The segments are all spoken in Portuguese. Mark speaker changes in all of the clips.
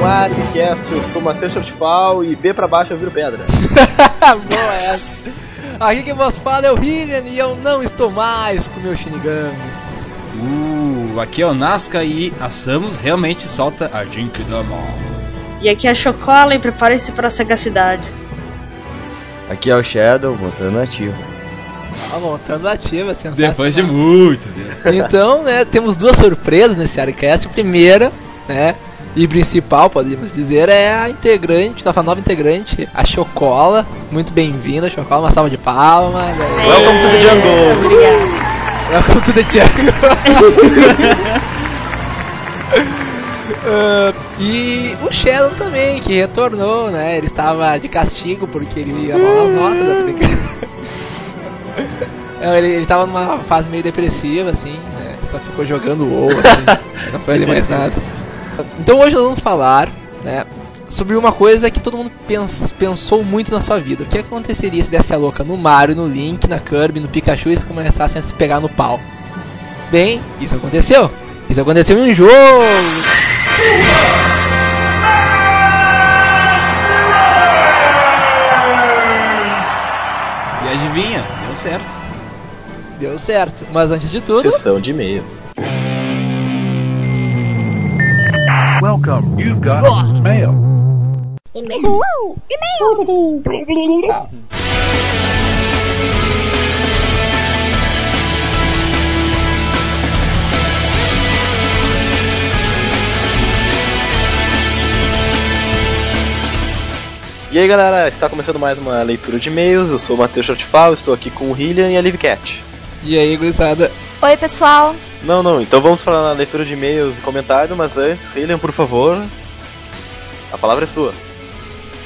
Speaker 1: podcast. um Eu sou Matheus Chortifal e B pra baixo eu viro pedra.
Speaker 2: Boa essa. Aqui quem vos fala é o Hillian e eu não estou mais com meu Shinigami.
Speaker 3: Uh, aqui é o Nasca e a Samus realmente solta a gente da mão.
Speaker 4: E aqui é a Chocola e prepare-se para a sagacidade.
Speaker 5: Aqui é o Shadow, voltando ativa.
Speaker 2: Ah, montando ativa, sensacional.
Speaker 3: Depois de muito tempo.
Speaker 2: Então, né, temos duas surpresas nesse Arecast. A primeira, né, e principal, podemos dizer, é a integrante, nossa nova integrante, a Chocola. Muito bem-vinda, Chocola, uma salva de palmas. É,
Speaker 1: Welcome to the jungle!
Speaker 4: Obrigado.
Speaker 2: Welcome to the jungle. Ah, e o Shadow também, que retornou, né? Ele estava de castigo porque ele ia mal as notas da É, ele, ele tava numa fase meio depressiva, assim, né? Só ficou jogando WoW, assim, não foi ali mais nada. Então hoje nós vamos falar, né? Sobre uma coisa que todo mundo pens- pensou muito na sua vida. O que aconteceria se desse a louca no Mario, no Link, na Kirby, no Pikachu e se começassem a se pegar no pau? Bem, isso aconteceu. Isso aconteceu em um jogo.
Speaker 3: E adivinha, deu certo.
Speaker 2: Deu certo. Mas antes de tudo,
Speaker 1: Sessão de e-mails.
Speaker 6: Welcome. You've got mail.
Speaker 1: E aí galera, está começando mais uma leitura de e-mails. Eu sou o Matheus Chortifal, estou aqui com o Hillian e a Live Cat.
Speaker 2: e aí, gurizada?
Speaker 7: Oi, pessoal.
Speaker 1: Não, não, então vamos falar na leitura de e-mails e comentário, mas antes, Hillian, por favor. A palavra é sua.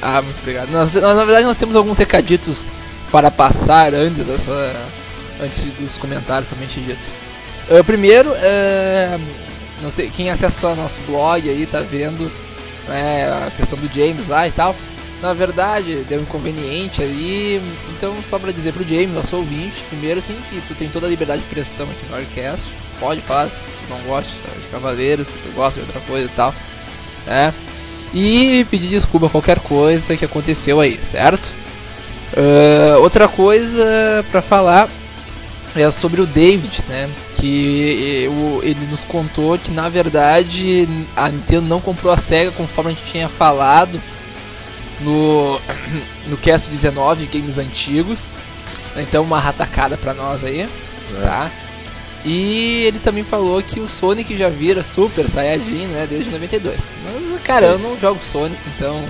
Speaker 2: Ah, muito obrigado. Nós, nós- na verdade, nós temos alguns recaditos para passar antes, dessa, antes dos comentários, propriamente dito. Ah, primeiro, ah, não sei, quem acessa nosso blog aí tá vendo né, a questão do James lá e tal. Na verdade, deu um inconveniente ali, então só pra dizer pro James, nosso ouvinte, primeiro assim, que tu tem toda a liberdade de expressão aqui no Orcast, pode falar se tu não gosta de Cavaleiros, se tu gosta de outra coisa e tal, né? e pedir desculpa a qualquer coisa que aconteceu aí, certo? Ah, outra coisa pra falar é sobre o David, né? Que eh, o- ele nos contou que na verdade a Nintendo não comprou a SEGA conforme a gente tinha falado no, no Cast 19 Games Antigos. Então uma ratacada pra nós aí, tá? E ele também falou que o Sonic já vira Super Saiyajin, né, desde 92. Mas, cara, eu não jogo Sonic, então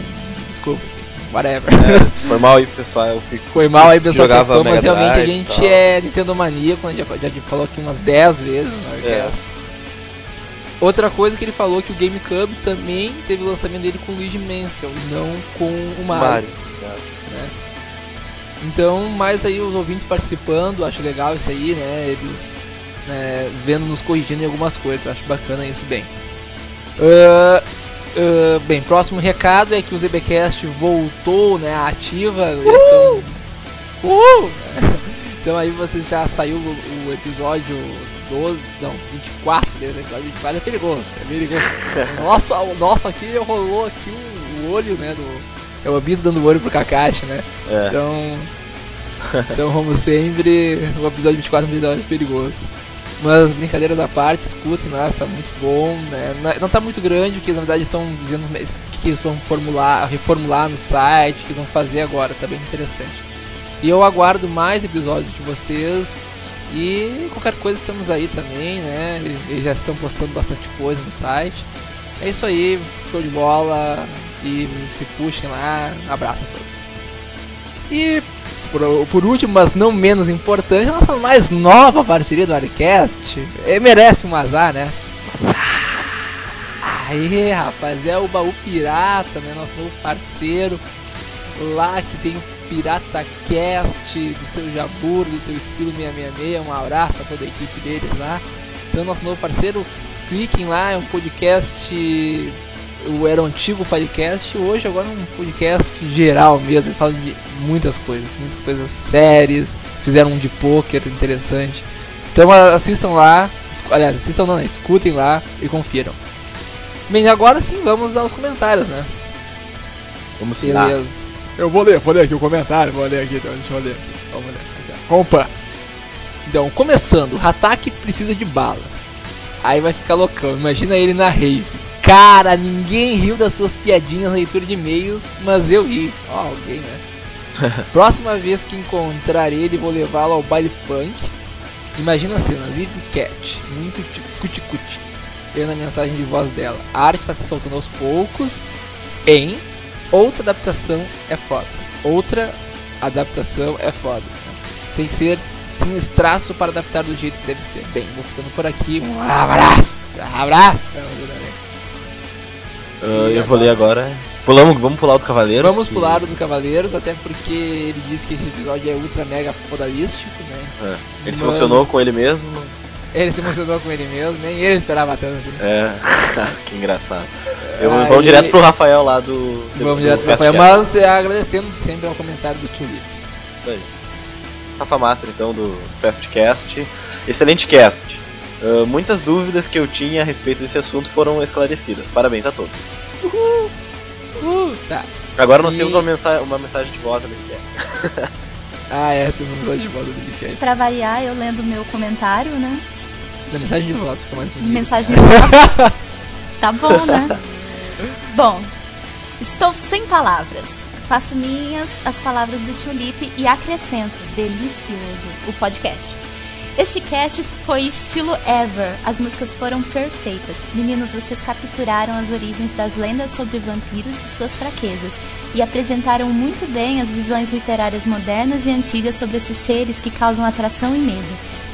Speaker 2: desculpa, assim, whatever.
Speaker 1: É, Foi mal aí, pessoal. Eu fico...
Speaker 2: Foi mal aí, pessoal,
Speaker 1: Jogava
Speaker 2: foi, mas
Speaker 1: Mega
Speaker 2: realmente a
Speaker 1: Drive e
Speaker 2: gente
Speaker 1: tal.
Speaker 2: é Nintendo maníaco, a gente já, já falou aqui umas 10 vezes no Nerdcast. Outra coisa que ele falou que o GameCube também teve o lançamento dele com o Luigi Mansell e não com o Mario.
Speaker 1: Mário.
Speaker 2: Então, mais aí os ouvintes participando, acho legal isso aí, né? Eles né, vendo nos corrigindo em algumas coisas, acho bacana isso bem. Ah, ah, bem, próximo recado é que o ZBcast voltou, né, à ativa. Então, Uhul! então aí você já saiu o, o episódio 12, não, 24 dele, né, episódio 24 é perigoso, é perigoso. O nosso, o nosso aqui rolou aqui o, o olho, né, do... É o Abito dando olho pro Kakashi, né?
Speaker 1: É.
Speaker 2: Então. Então, como sempre, o episódio 24 é um episódio perigoso. Mas brincadeiras à parte, escutem lá, tá muito bom, né? Na- Não tá muito grande, porque na verdade estão dizendo mes- o que que eles vão formular, reformular no site, o que vão fazer agora, tá bem interessante. E eu aguardo mais episódios de vocês. E qualquer coisa estamos aí também, né? Eles já estão postando bastante coisa no site. É isso aí, show de bola. E se puxem lá, abraço a todos. E por, por último, mas não menos importante, a nossa mais nova parceria do Arcast. É, merece um azar, né? Aí, rapaz, é o baú pirata, né? Nosso novo parceiro. Lá que tem o Pirata Cast, do seu Jabur, do seu Esquilo 666. Um abraço a toda a equipe deles lá. Então, nosso novo parceiro, cliquem lá, é um podcast o era um antigo podcast, hoje agora é um podcast geral mesmo. Eles falam de muitas coisas, muitas coisas sérias. Fizeram um de pôquer interessante. Então a- assistam lá, esc- aliás, assistam não, né? escutem lá e confiram. Bem, agora sim vamos aos comentários, né?
Speaker 1: Vamos lá.
Speaker 2: Beleza. Eu vou ler, vou ler aqui o comentário, vou ler aqui, então, deixa eu ler aqui. Vamos ler aqui já. Compa. Então, começando, o Hataki precisa de bala. Aí vai ficar loucão, imagina ele na rave. Cara, ninguém riu das suas piadinhas na leitura de e-mails, mas eu ri. Ó, alguém, né? Próxima vez que encontrar ele, vou levá-lo ao baile funk. Imagina a cena, Little Cat, muito cuti-cuti. Eu na mensagem de voz dela. A arte está se soltando aos poucos em outra adaptação é foda. Outra adaptação é foda. Tem que ser sinistraço para adaptar do jeito que deve ser. Bem, vou ficando por aqui. Um abraço! Abraço!
Speaker 1: Ah, eu vou ler agora. Pulamos, vamos pular do Cavaleiros.
Speaker 2: Vamos
Speaker 1: que-
Speaker 2: pular dos Cavaleiros, até porque ele disse que esse episódio é ultra mega fodalístico, né?
Speaker 1: É, Ele
Speaker 2: Mas-
Speaker 1: se emocionou com ele mesmo.
Speaker 2: Ele se emocionou com ele mesmo, nem ele esperava tanto. né?
Speaker 1: É. que engraçado. Eu,
Speaker 2: Aí-
Speaker 1: Vamos direto pro Rafael lá do. do
Speaker 2: Vamos direto pro
Speaker 1: Cast
Speaker 2: Rafael, mas é, agradecendo sempre ao comentário do Tulip.
Speaker 1: Isso aí. Rafa Master, então, do Fastcast. Excelente cast. Ah, muitas dúvidas que eu tinha a respeito desse assunto foram esclarecidas. Parabéns a todos.
Speaker 2: Uh, tá.
Speaker 1: Agora nós
Speaker 2: E-
Speaker 1: temos uma, mensa uma mensagem de volta do que é.
Speaker 2: Ah, é, todo mundo gosta de bola do Bicho aí.
Speaker 7: Pra variar, eu lendo meu comentário, né?
Speaker 2: Da mensagem de voz fica mais bonito.
Speaker 7: Mensagem de voz. tá bom, né? Bom, estou sem palavras. Faço minhas as palavras do Tio Lipe e acrescento, delicioso, o podcast. Este cast foi estilo ever. As músicas foram perfeitas. Meninos, vocês capturaram as origens das lendas sobre vampiros e suas fraquezas. E apresentaram muito bem as visões literárias modernas e antigas sobre esses seres que causam atração e medo.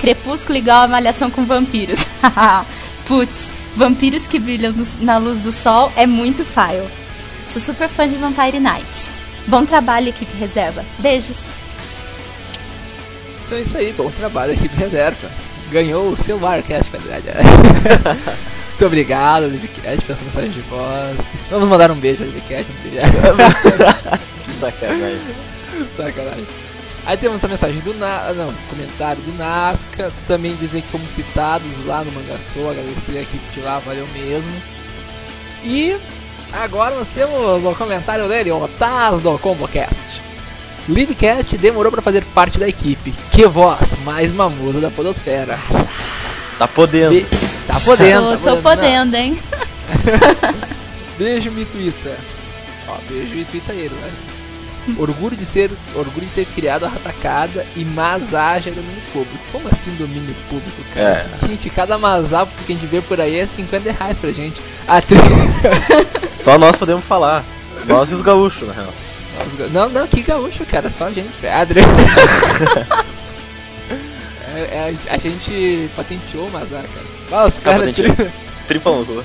Speaker 7: Crepúsculo igual a malhação com vampiros. Putz, vampiros que brilham no- na luz do sol é muito faio. Sou super fã de Vampire Night. Bom trabalho, equipe reserva. Beijos.
Speaker 2: Então é isso aí, bom trabalho aqui do Reserva. Ganhou o seu Warcast, na verdade. é. Muito obrigado, Livecast, pela sua mensagem de voz. Vamos mandar um beijo ao Livecast, muito obrigado.
Speaker 1: Que sacanagem.
Speaker 2: Sacanagem. Aí temos a mensagem do Na... ah, não, comentário do Nasca, também dizer que fomos citados lá no Mangassou, agradecer a equipe de lá, valeu mesmo. E agora nós temos o comentário dele, o Taz do ComboCast. Livecast demorou pra fazer parte da equipe. Que voz, mais mamusa da podosfera.
Speaker 1: Tá podendo.
Speaker 2: Be- Tá podendo, tá
Speaker 7: tô, tô
Speaker 2: Não,
Speaker 7: podendo, hein?
Speaker 2: Beijo, me twitta. Ó, beijo e twitta ele, né? Orgulho de ser. Orgulho de ter criado a ratacada e Mazá já é domínio público. Como assim domínio público, cara? Assim, Gente, cada Mazá que a gente vê por aí é 50 reais pra gente. A tri...
Speaker 1: Só nós podemos falar. Nós e os gaúchos, na real.
Speaker 2: Não, não, que gaúcho, cara, só a gente, velho. A tri- É, é, a gente patenteou o Mazá, cara. Nossa, os caras.
Speaker 1: patenteou. Tripa no cu.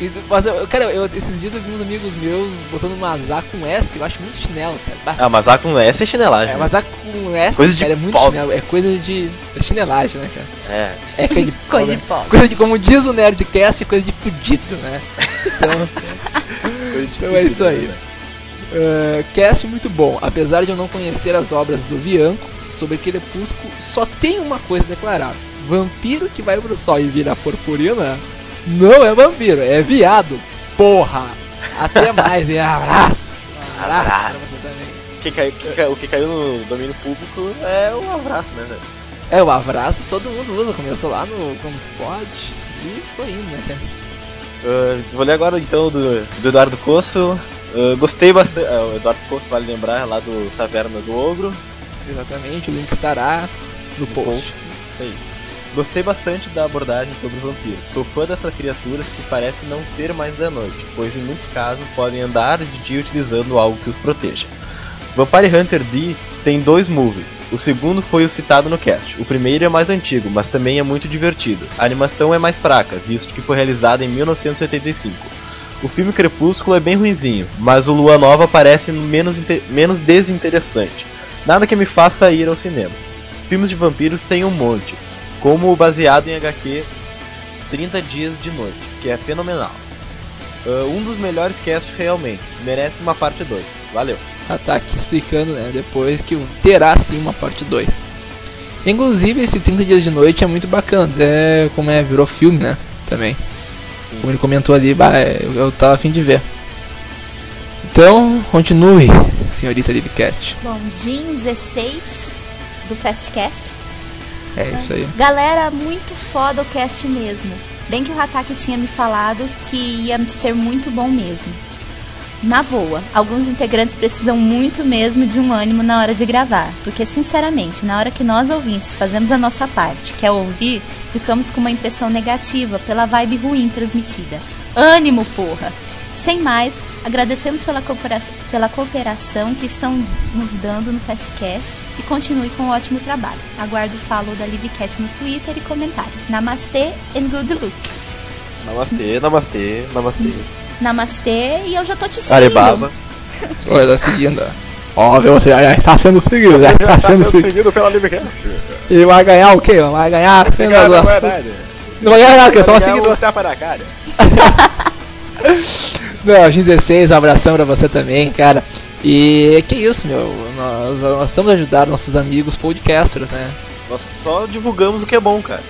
Speaker 2: E, Mas, eu- cara, eu, esses dias eu vi uns amigos meus botando Mazá com S, eu acho muito chinelo, cara. Bah,
Speaker 1: Ah, mas a com essa é chinelagem.
Speaker 2: É, mas a com essa,
Speaker 1: Coisa de
Speaker 2: cara, é muito
Speaker 1: pau.
Speaker 2: chinelo, é coisa de é chinelagem, né, cara?
Speaker 1: É.
Speaker 2: É coisa de pau,
Speaker 7: Coisa
Speaker 2: né?
Speaker 7: de pau.
Speaker 2: Coisa de, como diz o Nerdcast, é coisa de fudido, né? Então, então é isso aí. Ah, cast muito bom, apesar de eu não conhecer as obras do Bianco, sobre Crepúsculo só tem uma coisa a declarar. Vampiro que vai pro sol e vira purpurina não é vampiro, é viado. Porra! Até mais, hein? Abraço! Abraço pra você também.
Speaker 1: O que cai- que cai- o que caiu no domínio público é o abraço, né, velho?
Speaker 2: É, o abraço todo mundo usa, começou lá no Como Pode e foi indo, né, cara?
Speaker 1: Ah, vou ler agora então do, do Eduardo Coço. Ah, gostei bastante. ah, o Eduardo Coço, vale lembrar, lá do Taverna do Ogro.
Speaker 2: Exatamente, o link estará no post.
Speaker 1: Isso aí. Gostei bastante da abordagem sobre vampiros. Sou fã dessas criaturas que parecem não ser mais da noite, pois em muitos casos podem andar de dia utilizando algo que os proteja. Vampire Hunter D tem dois movies. O segundo foi o citado no cast. O primeiro é mais antigo, mas também é muito divertido. A animação é mais fraca, visto que foi realizada em 1975. O filme Crepúsculo é bem ruinzinho, mas o Lua Nova parece menos, inte- menos desinteressante. Nada que me faça ir ao cinema. Filmes de vampiros tem um monte, como o baseado em HQ 30 Dias de Noite, que é fenomenal. Ah, um dos melhores cast realmente, merece uma parte 2. Valeu.
Speaker 2: Ah, tá aqui explicando, né, depois que terá sim uma parte 2. Inclusive, esse 30 Dias de Noite é muito bacana, é como é, virou filme, né, também.
Speaker 1: Sim.
Speaker 2: é, Como ele comentou ali, bah, eu, eu tava afim de ver. Então, continue, senhorita Libcat.
Speaker 7: Bom, Jean 16 do Fastcast.
Speaker 2: É isso aí.
Speaker 7: Galera, muito foda o cast mesmo. Bem que o Hataki tinha me falado que ia ser muito bom mesmo. Na boa, alguns integrantes precisam muito mesmo de um ânimo na hora de gravar, porque sinceramente, na hora que nós ouvintes fazemos a nossa parte, que é ouvir, ficamos com uma impressão negativa pela vibe ruim transmitida. Ânimo, porra! Sem mais, agradecemos pela, coopera- pela cooperação que estão nos dando no Fastcast e continue com o ótimo trabalho. Aguardo o follow da Livecast no Twitter e comentários. Namastê and good luck.
Speaker 1: Namastê, namastê, namastê.
Speaker 7: Namastê e eu já tô te seguindo.
Speaker 1: Aribaba.
Speaker 2: Olha, tá seguindo. Ó, viu, você já está sendo seguido, já está sendo seguido.
Speaker 1: tá pela Livecast.
Speaker 2: E vai ganhar o quê? Vai ganhar a fenda do
Speaker 1: é
Speaker 2: açúcar. Não vai ganhar nada, que é só uma seguidora.
Speaker 1: um tapa na cara.
Speaker 2: Não, Gin 16, um abração pra você também, cara. E que isso, meu. Nós, nós estamos ajudar nossos amigos podcasters, né?
Speaker 1: Nós só divulgamos o que é bom, cara.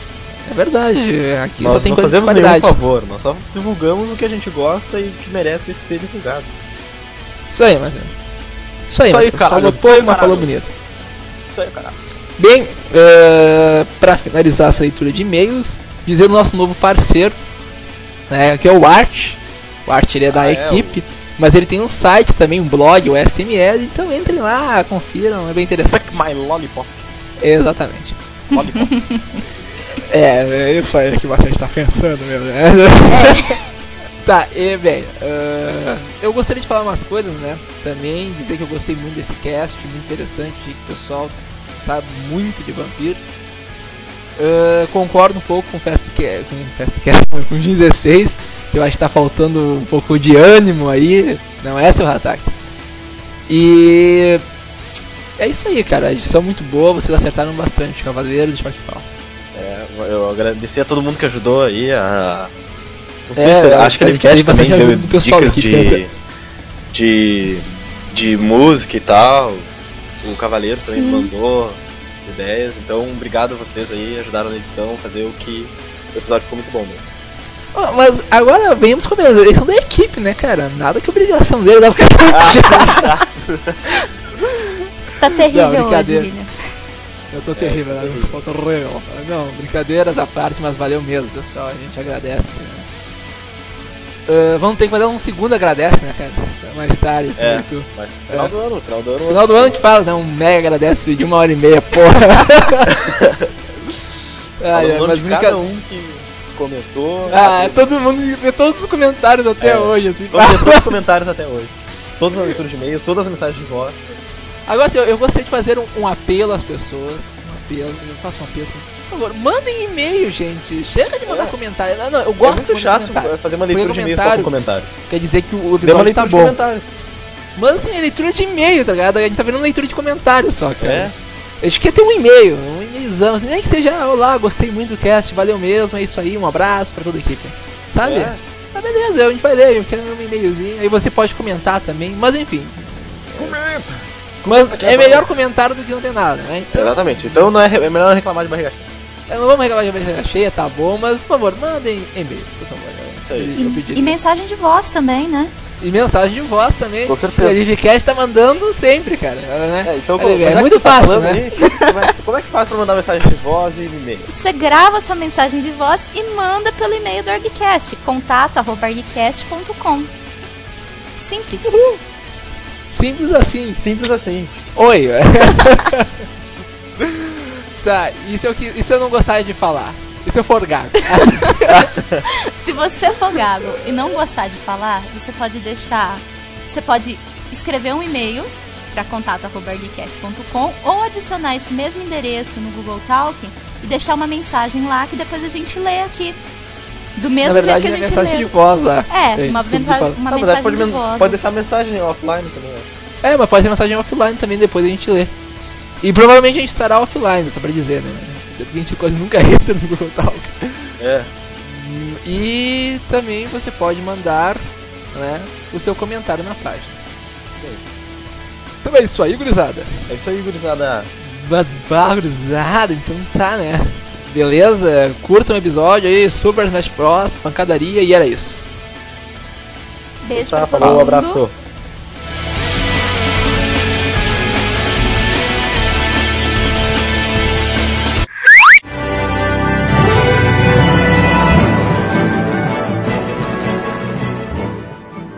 Speaker 2: É verdade, aqui
Speaker 1: nós
Speaker 2: só tem
Speaker 1: não
Speaker 2: coisa de
Speaker 1: fazemos nenhum
Speaker 2: qualidade.
Speaker 1: favor, nós só divulgamos o que a gente gosta e que merece ser divulgado.
Speaker 2: Isso aí, mas. né? Isso aí,
Speaker 1: Isso aí,
Speaker 2: Matheus.
Speaker 1: caralho.
Speaker 2: Falou
Speaker 1: Isso aí,
Speaker 2: pouco, mas falou
Speaker 1: caralho.
Speaker 2: bonito.
Speaker 1: Isso aí, cara.
Speaker 2: Bem, eh, pra finalizar essa leitura de e-mails, dizer do nosso novo parceiro, né, que é o Art. O Art ele é da
Speaker 1: Ah, é,
Speaker 2: equipe, mas ele tem um site também, um blog, o SML, então entrem lá, confiram, é bem interessante.
Speaker 1: Suck my lollipop.
Speaker 2: Exatamente.
Speaker 1: Lollipop.
Speaker 2: É, é isso aí que o Matheus está pensando mesmo. né? tá, e bem, ah, eu gostaria de falar umas coisas, né? Também dizer que eu gostei muito desse cast, muito interessante, que o pessoal sabe muito de vampiros. Ah, concordo um pouco com o Fastcast, com o Fastcast, com o 16, que eu acho que tá faltando um pouco de ânimo aí, não é, seu Hatak? E é isso aí, cara, a edição muito boa, vocês acertaram bastante, Cavaleiros de Shortfall.
Speaker 1: É, eu agradeci a todo mundo que ajudou aí a. Não sei
Speaker 2: É,
Speaker 1: se,
Speaker 2: eu
Speaker 1: acho que
Speaker 2: a
Speaker 1: ele
Speaker 2: gente
Speaker 1: Cash
Speaker 2: teve
Speaker 1: também
Speaker 2: bastante
Speaker 1: deu
Speaker 2: ajuda do pessoal
Speaker 1: dicas
Speaker 2: aqui,
Speaker 1: de, de. de música e tal. O Cavaleiro também
Speaker 7: Sim.
Speaker 1: mandou as ideias. Então, obrigado a vocês aí, ajudaram na edição, fazer o que. O episódio ficou muito bom mesmo.
Speaker 2: Ó, Ah, mas agora venhamos com eles são da equipe, né, cara? Nada que obrigação dele dá pra criticar.
Speaker 7: Está terrível
Speaker 2: Não,
Speaker 7: hoje,
Speaker 2: brincadeira.
Speaker 7: William.
Speaker 2: Eu tô terrível, né? Falta horrível. Não, brincadeiras à parte, mas valeu mesmo, pessoal. A gente agradece. né? Ah, vamos ter que fazer um segundo agradece, né, cara? Mais tarde, assim,
Speaker 1: É.
Speaker 2: muito.
Speaker 1: Mas final
Speaker 2: É.
Speaker 1: do ano, final do
Speaker 2: No
Speaker 1: ano.
Speaker 2: final do ano a gente faz, né? Um mega agradece de uma hora e meia, porra.
Speaker 1: Falando
Speaker 2: ai, ai,
Speaker 1: o nome
Speaker 2: é, mas
Speaker 1: de
Speaker 2: brinca-
Speaker 1: cada um que comentou. Assim,
Speaker 2: Ah, todo mundo vê todos os comentários até
Speaker 1: É.
Speaker 2: hoje, assim.
Speaker 1: Vamos ver todos os comentários até hoje. Todas as leituras de e-mail, todas as mensagens de voz. É
Speaker 2: Agora assim, eu, eu gostaria de fazer um, um apelo às pessoas. Um apelo, eu faço um apelo assim. Por favor, mandem e-mail, gente. Chega de mandar
Speaker 1: É.
Speaker 2: comentário. Não, não, eu
Speaker 1: é
Speaker 2: gosto de
Speaker 1: muito
Speaker 2: mandar
Speaker 1: chato
Speaker 2: comentário.
Speaker 1: fazer uma leitura de e-mail só com
Speaker 2: comentário.
Speaker 1: comentários.
Speaker 2: Quer dizer que o
Speaker 1: Deu uma
Speaker 2: episódio tá
Speaker 1: leitura de
Speaker 2: bom.
Speaker 1: comentários.
Speaker 2: Manda assim, leitura de e-mail, tá ligado? A gente tá vendo leitura de comentário só,
Speaker 1: É.
Speaker 2: cara. A gente quer ter um e-mail, um e-mailzão, assim, nem que seja, olá, gostei muito do cast, valeu mesmo, é isso aí, um abraço pra toda a equipe. Sabe?
Speaker 1: É.
Speaker 2: Ah, beleza, a gente vai ler, eu quero um e-mailzinho, aí você pode comentar também, mas enfim. Mas
Speaker 1: Comenta que
Speaker 2: é
Speaker 1: é bom.
Speaker 2: melhor comentar do que não ter nada, né? Então,
Speaker 1: Exatamente. Então não é, é melhor não reclamar de barriga cheia.
Speaker 2: Eu não vou mais reclamar de barriga cheia, tá bom, mas por favor, mandem e-mails, por favor. É
Speaker 1: Isso aí.
Speaker 2: Eu
Speaker 7: E, e
Speaker 2: pedi.
Speaker 7: mensagem de voz também, né?
Speaker 2: E mensagem de voz também.
Speaker 1: Com certeza.
Speaker 2: O Livecast tá mandando sempre, cara. Né?
Speaker 1: então,
Speaker 2: Olha,
Speaker 1: como
Speaker 2: é
Speaker 1: que
Speaker 2: muito
Speaker 1: você tá
Speaker 2: fácil,
Speaker 1: falando
Speaker 2: né?
Speaker 1: aí? Como é- como é que faz pra mandar mensagem de voz e e-mail?
Speaker 7: Você grava sua mensagem de voz e manda pelo e-mail do Argcast, contato.argcast.com. Simples.
Speaker 1: É.
Speaker 2: Simples assim.
Speaker 1: Simples assim.
Speaker 2: Oi. tá, isso eu, que- isso eu não gostaria de falar. Isso é eu for gago.
Speaker 7: Se você for gago e não gostar de falar, você pode deixar. Você pode escrever um e-mail para contato.argcast.com ou adicionar esse mesmo endereço no Google Talk e deixar uma mensagem lá que depois a gente lê aqui. Do
Speaker 2: Na
Speaker 7: mesmo
Speaker 2: verdade, é
Speaker 7: jeito que a gente
Speaker 2: mensagem
Speaker 7: lê.
Speaker 2: de voz lá.
Speaker 7: É, uma,
Speaker 2: desculpa,
Speaker 7: venta-
Speaker 2: desculpa.
Speaker 7: uma
Speaker 1: Na
Speaker 7: mensagem
Speaker 1: verdade, pode,
Speaker 7: de
Speaker 1: men-
Speaker 7: voz.
Speaker 1: pode deixar mensagem offline também. né?
Speaker 2: É, mas pode ser mensagem offline também, depois a gente lê. E provavelmente a gente estará offline, só pra dizer, né? Porque a gente quase nunca entra no Google Talk.
Speaker 1: É.
Speaker 2: Hum, E também você pode mandar né, o seu comentário na página. Então é isso aí, gurizada.
Speaker 1: É isso aí, gurizada.
Speaker 2: Mas bah, gurizada, então tá, né? Beleza? Curtam o episódio aí, Super Smash Bros, pancadaria e era isso.
Speaker 7: Beijo
Speaker 1: Tá,
Speaker 7: pra todo
Speaker 1: falou,
Speaker 7: mundo.
Speaker 1: um abraço.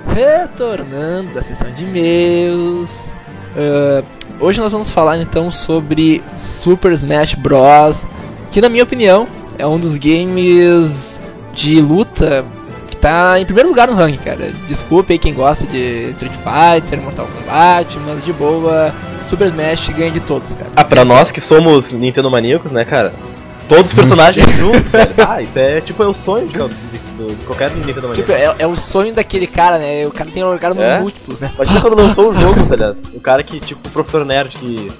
Speaker 2: retornando à sessão de e-mails. Ah, hoje nós vamos falar então sobre Super Smash Bros. Que, na minha opinião, é um dos games de luta que tá em primeiro lugar no ranking, cara. Desculpe aí quem gosta de Street Fighter, Mortal Kombat, mas de boa, Super Smash ganha de todos, cara.
Speaker 1: Ah, pra nós que somos Nintendo maníacos, né, cara? Todos os personagens juntos, velho. Ah, isso é tipo é o sonho de, de- de qualquer Nintendo
Speaker 2: Tipo,
Speaker 1: maníaco.
Speaker 2: é, é o sonho daquele cara, né? O cara tem orgasmos
Speaker 1: É?
Speaker 2: múltiplos, né?
Speaker 1: Imagina quando lançou o jogo, tá ligado? O cara que, tipo, o professor Nerd que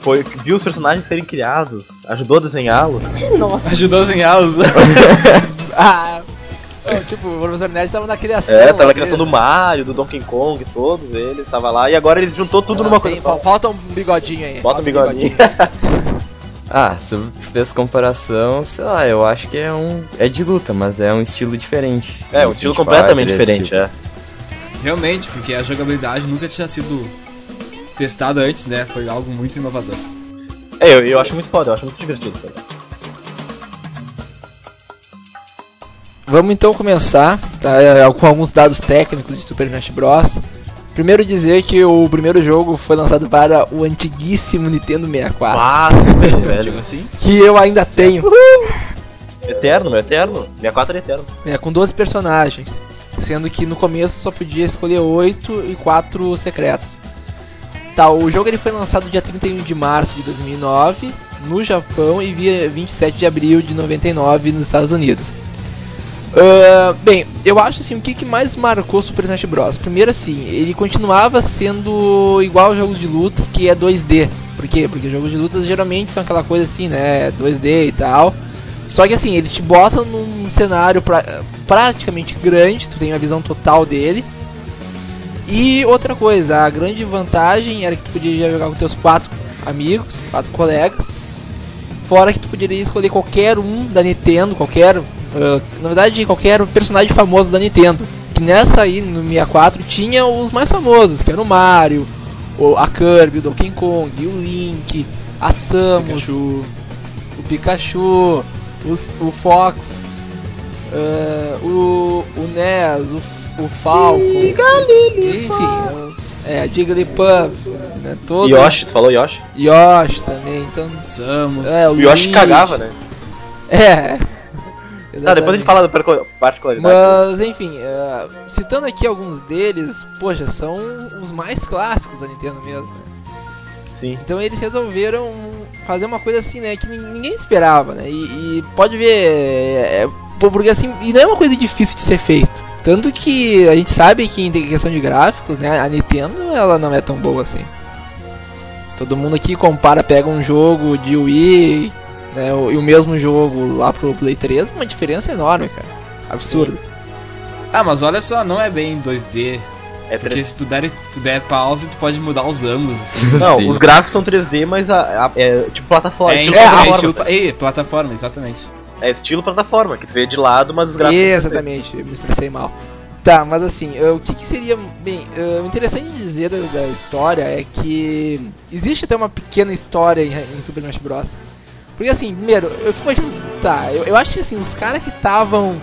Speaker 1: foi, que viu os personagens serem criados, ajudou a desenhá-los.
Speaker 7: Nossa.
Speaker 3: Ajudou a desenhar os.
Speaker 2: Ah, eu, tipo, o professor Nerd tava na criação.
Speaker 1: É, tava
Speaker 2: ali,
Speaker 1: na criação do
Speaker 2: né?
Speaker 1: Mario, do Donkey Kong, todos eles, tava lá. E agora eles juntou tudo
Speaker 2: Ah,
Speaker 1: numa
Speaker 2: tem-
Speaker 1: coisa só.
Speaker 2: Falta um bigodinho aí.
Speaker 1: Bota
Speaker 2: falta um
Speaker 1: o bigodinho.
Speaker 5: Ah, se eu fez comparação, sei lá, eu acho que é um. É de luta, mas é um estilo diferente.
Speaker 1: É, um estilo
Speaker 5: Street
Speaker 1: completamente
Speaker 5: Fighter, esse
Speaker 1: diferente, é.
Speaker 3: Realmente, porque a jogabilidade nunca tinha sido testada antes, né? Foi algo muito inovador.
Speaker 1: É, eu, eu acho muito foda, eu acho muito divertido. tá Cara.
Speaker 2: Vamos então começar tá, eh, com alguns dados técnicos de Super Smash Bros. Primeiro dizer que o primeiro jogo foi lançado para o antiguíssimo Nintendo 64,
Speaker 1: Fácil, velho,
Speaker 3: Eu
Speaker 1: Ah, velho.
Speaker 3: digo assim.
Speaker 2: que eu ainda tenho,
Speaker 1: tipo, Eterno, meu, eterno. é 64 era eterno.
Speaker 2: né, com 12 personagens, sendo que no começo só podia escolher 8 e 4 secretos. Tá, o jogo ele foi lançado dia 31 de março de 2009 no Japão e via 27 de abril de 99 nos Estados Unidos. Ah, bem, eu acho assim, o que, que mais marcou Super Smash Bros? Primeiro assim, ele continuava sendo igual aos jogos de luta, que é 2D. Por quê? Porque jogos de luta geralmente são aquela coisa assim, né, 2D e tal. Só que assim, ele te bota num cenário pra- praticamente grande, tu tem uma visão total dele. E outra coisa, a grande vantagem era que tu podia jogar com teus quatro amigos, quatro colegas. Fora que tu poderia escolher qualquer um da Nintendo, qualquer. ah, na verdade, qualquer personagem famoso da Nintendo. Que nessa aí, no 64, tinha os mais famosos, que era o Mario, o, a Kirby, o Donkey Kong, o Link, a Samus,
Speaker 3: Pikachu.
Speaker 2: o Pikachu, os- o, Fox, ah, o, o Ness, o, o Falco, enfim, é, Jigglypuff, né, todo,
Speaker 1: Yoshi, tu falou Yoshi?
Speaker 2: Yoshi também, então,
Speaker 3: Samus.
Speaker 2: é,
Speaker 1: O Yoshi
Speaker 2: Luigi.
Speaker 1: cagava, né?
Speaker 2: É.
Speaker 1: Tá, depois a gente fala da perco- particularidade.
Speaker 2: Mas, enfim, ah, citando aqui alguns deles, poxa, são os mais clássicos da Nintendo mesmo. né?
Speaker 1: Sim.
Speaker 2: Então eles resolveram fazer uma coisa assim, né, que nin- ninguém esperava, né? E, e pode ver, é, é, pô, porque assim, e não é uma coisa difícil de ser feito. Tanto que a gente sabe que em questão de gráficos, né, a Nintendo ela não é tão boa assim. Todo mundo aqui compara, pega um jogo de Wii, né, o- e o mesmo jogo lá pro Play 3, uma diferença enorme, cara. Absurdo.
Speaker 3: Ah, mas olha só, não é bem 2D.
Speaker 1: É 3D.
Speaker 3: Porque se tu der, se tu der pause, tu pode mudar os ângulos. Assim.
Speaker 5: Tipo.
Speaker 1: é. Não,
Speaker 5: Sim.
Speaker 1: os gráficos são 3D, mas a, a- é tipo plataforma.
Speaker 3: É,
Speaker 1: estilo
Speaker 3: é,
Speaker 1: plataforma.
Speaker 3: estilo, é, plataforma, exatamente.
Speaker 1: É estilo plataforma, que tu vê de lado, mas os gráficos. são 3D.
Speaker 2: Exatamente, eu me expressei mal. Tá, mas assim, eh, o que, que seria. Bem, eh, o interessante de dizer da, da história é que existe até uma pequena história em, em Super Smash Bros. Porque assim, primeiro, eu fico imaginando. Tá, eu, eu acho que assim, os caras que estavam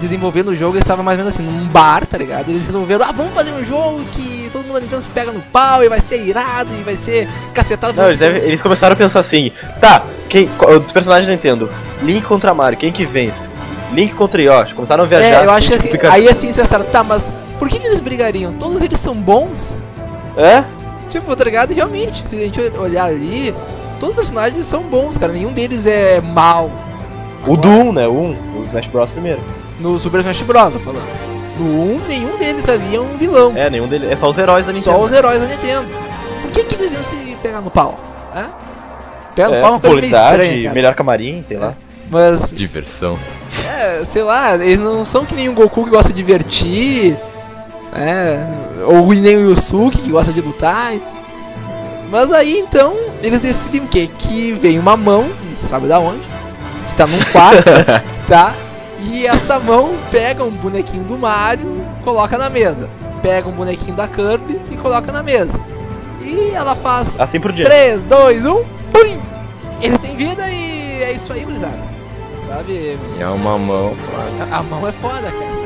Speaker 2: desenvolvendo o jogo, eles estavam mais ou menos assim, num bar, tá ligado? Eles resolveram, ah, vamos fazer um jogo que todo mundo da Nintendo se pega no pau e vai ser irado e vai ser cacetado.
Speaker 1: Não, eles, devem- eles começaram a pensar assim: tá, quem, qual- dos personagens da Nintendo, Link contra Mario, quem que vence? Link contra Yoshi, começaram a viajar.
Speaker 2: é, eu acho
Speaker 1: Link
Speaker 2: que.
Speaker 1: contra
Speaker 2: Aí assim, eles pensaram, tá, mas por que, que eles brigariam? Todos eles são bons?
Speaker 1: Pikachu. É?
Speaker 2: Tipo, tá ligado? Realmente, se a gente olhar ali, todos os personagens são bons, cara. Nenhum deles é mal.
Speaker 1: O Doom, né? O 1, o Smash Bros. primeiro.
Speaker 2: No Super Smash Bros, eu tô falando. No 1, nenhum deles ali é um vilão.
Speaker 1: É, nenhum deles. É só os heróis da Nintendo.
Speaker 2: Só os heróis da Nintendo. Por que, que eles iam se pegar no pau? Hã? Pegar no
Speaker 1: É,
Speaker 2: pau é uma coisa meio
Speaker 1: popularidade,
Speaker 2: estranha, cara.
Speaker 1: melhor camarim, sei lá.
Speaker 2: Mas,
Speaker 5: Diversão.
Speaker 2: é, sei lá, eles não são que nem o Goku que gosta de divertir, né? Ou nem o Yusuke que gosta de lutar. Mas aí então eles decidem o quê? Que vem uma mão, não sabe da onde, que tá num quarto, tá? E essa mão pega um bonequinho do Mario, coloca na mesa. Pega um bonequinho da Kirby e coloca na mesa. E ela faz
Speaker 1: Assim por diante.
Speaker 2: 3, 2, 1, pum! Ele tem vida e é isso aí, gurizada. Sabe?
Speaker 5: É uma mão.
Speaker 2: A- A mão é foda, cara.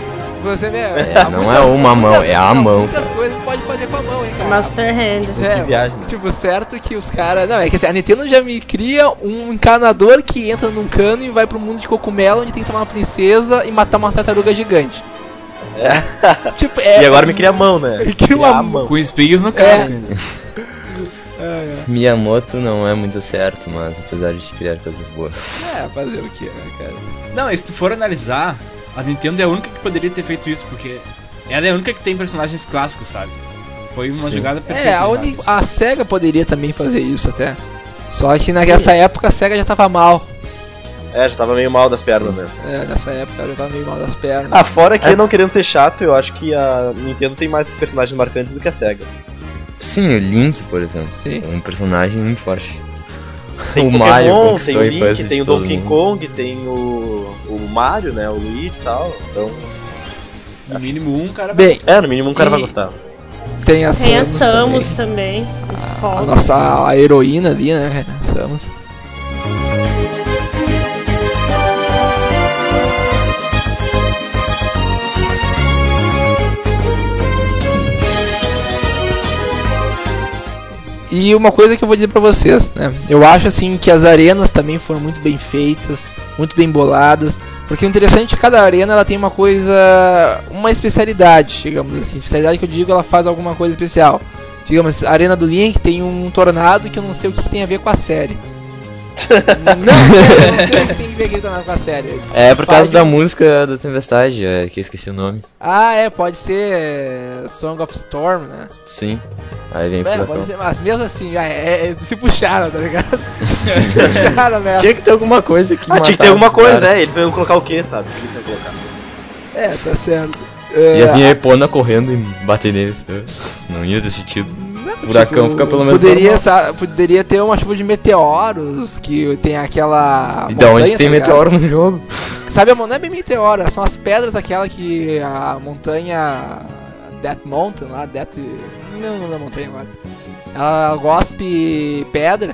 Speaker 2: Você vê.
Speaker 5: É, não é uma mão, é a mão,
Speaker 2: Muitas
Speaker 5: cara.
Speaker 2: coisas que pode fazer com a mão, hein, cara.
Speaker 4: Master Hand.
Speaker 2: É,
Speaker 1: Que assim viagem.
Speaker 2: tipo, certo que os caras. Não, é que assim, a Nintendo já me cria um encanador que entra num cano e vai pro mundo de cogumelo onde tem que tomar uma princesa e matar uma tartaruga gigante. É. tipo, é.
Speaker 1: E agora me cria a mão, né?
Speaker 2: Me cria uma
Speaker 1: Criar a
Speaker 2: mão.
Speaker 3: Com espinhos no casco ainda.
Speaker 2: É,
Speaker 5: Miyamoto não é muito certo, mas apesar de criar coisas boas.
Speaker 2: é, fazer o que, né, cara?
Speaker 3: Não, e se tu for analisar, a Nintendo é a única que poderia ter feito isso, porque ela é a única que tem personagens clássicos, sabe? Foi uma
Speaker 5: Sim.
Speaker 3: jogada perfeita.
Speaker 2: É, a,
Speaker 3: sabe?
Speaker 2: uni... a SEGA poderia também fazer isso até. Só que nessa época a SEGA já tava mal.
Speaker 1: É, já tava meio mal das pernas,
Speaker 5: Sim.
Speaker 1: né?
Speaker 2: É, nessa época ela já tava meio mal das pernas.
Speaker 1: Ah, fora
Speaker 5: É.
Speaker 1: que não querendo ser chato, eu acho que a Nintendo tem mais personagens marcantes do que a SEGA.
Speaker 5: Sim, o Link, por exemplo.
Speaker 2: Sim.
Speaker 5: É um personagem muito forte.
Speaker 1: Tem
Speaker 5: o Mario
Speaker 1: Pokémon,
Speaker 5: conquistou
Speaker 1: tem
Speaker 5: a
Speaker 1: o
Speaker 5: infância
Speaker 1: Link,
Speaker 5: de
Speaker 1: tem o
Speaker 5: todo
Speaker 1: Donkey
Speaker 5: mundo.
Speaker 1: Kong, tem o, o Mario, né? O Luigi e tal. Então,
Speaker 3: No mínimo um cara vai
Speaker 2: Bem,
Speaker 1: é, no mínimo um cara
Speaker 2: E-
Speaker 1: vai gostar.
Speaker 2: tem a Samus.
Speaker 4: Tem a
Speaker 2: também.
Speaker 4: Samus também.
Speaker 2: A
Speaker 4: Fox.
Speaker 2: Ah, nossa a heroína ali, né? cara? Samus. E uma coisa que eu vou dizer pra vocês, né? Eu acho assim que as arenas também foram muito bem feitas, muito bem boladas, porque o interessante é que cada arena ela tem uma coisa, uma especialidade, digamos assim, especialidade que eu digo, ela faz alguma coisa especial. Digamos, a Arena do Link tem um tornado que eu não sei o que, que tem a ver com a série. não, não, não sei o que tem a ver aquele tornado com a série.
Speaker 5: É por causa
Speaker 2: Faz-
Speaker 5: da música da Tempestade, é, que eu esqueci o nome.
Speaker 2: Ah, é, pode ser é, Song of Storm, né?
Speaker 5: Sim. Aí vem o
Speaker 2: É, pode
Speaker 5: Furacão.
Speaker 2: ser, mas mesmo assim, ah, é, é, se puxaram, tá ligado? se puxaram, né?
Speaker 5: Tinha que ter alguma coisa que
Speaker 1: Ah, tinha que
Speaker 5: matava
Speaker 1: ter alguma
Speaker 5: os
Speaker 1: coisa,
Speaker 5: caras.
Speaker 1: é. Eles vão colocar o quê, sabe? O que eles vão colocar?
Speaker 2: É, tá certo. É,
Speaker 5: Ia vir Tipo- a Epona correndo e bater neles. Não ia ter sentido.
Speaker 2: não, tipo,
Speaker 5: Furacão fica pelo menos
Speaker 2: Poderia,
Speaker 5: normal.
Speaker 2: sa- poderia ter uma chuva de meteoros que tem aquela.
Speaker 5: E da onde
Speaker 2: montanha,
Speaker 5: tem
Speaker 2: tá ligado?
Speaker 5: meteoro no jogo?
Speaker 2: Sabe, a mon- não é bem meteora, são as pedras aquela que a montanha Death Mountain lá, Death. Não, não da montanha agora. Ela gospe pedra.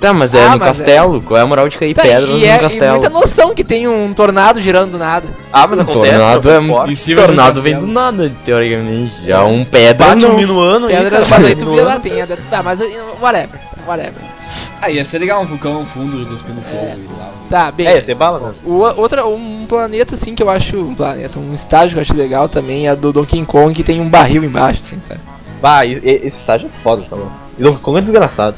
Speaker 5: Tá, mas é
Speaker 2: Ah,
Speaker 5: no
Speaker 2: mas
Speaker 5: castelo. Qual é a moral de cair
Speaker 2: Tá,
Speaker 5: pedras
Speaker 2: e,
Speaker 5: no
Speaker 2: é, e
Speaker 5: castelo?
Speaker 2: muita noção que tem um tornado girando do nada.
Speaker 1: Ah, mas
Speaker 5: Um
Speaker 1: acontece.
Speaker 5: tornado
Speaker 1: não
Speaker 5: é
Speaker 1: foi
Speaker 5: muito-
Speaker 1: forte.
Speaker 3: em cima do
Speaker 5: Tornado vem do
Speaker 3: castelo.
Speaker 5: nada, teoricamente. Já um pedra
Speaker 1: Bate um
Speaker 5: não.
Speaker 1: minuano e.
Speaker 2: Pedras,
Speaker 1: cara,
Speaker 2: mas aí tu
Speaker 1: minuano.
Speaker 2: vê lá, tem a Death. Tá, mas aí, whatever, whatever.
Speaker 3: Ah, ia ser legal um vulcão fundo
Speaker 2: É.
Speaker 3: cuspindo fogo e lá.
Speaker 2: Tá, bem.
Speaker 1: É, ia ser bala, né?
Speaker 2: O, outra, um planeta assim que eu acho. Um planeta, um estágio que eu acho legal também é do Donkey Kong que tem um barril embaixo, assim, sabe?
Speaker 1: Bah, e- e- esse estágio é foda, tá bom. E Donkey Kong é desgraçado.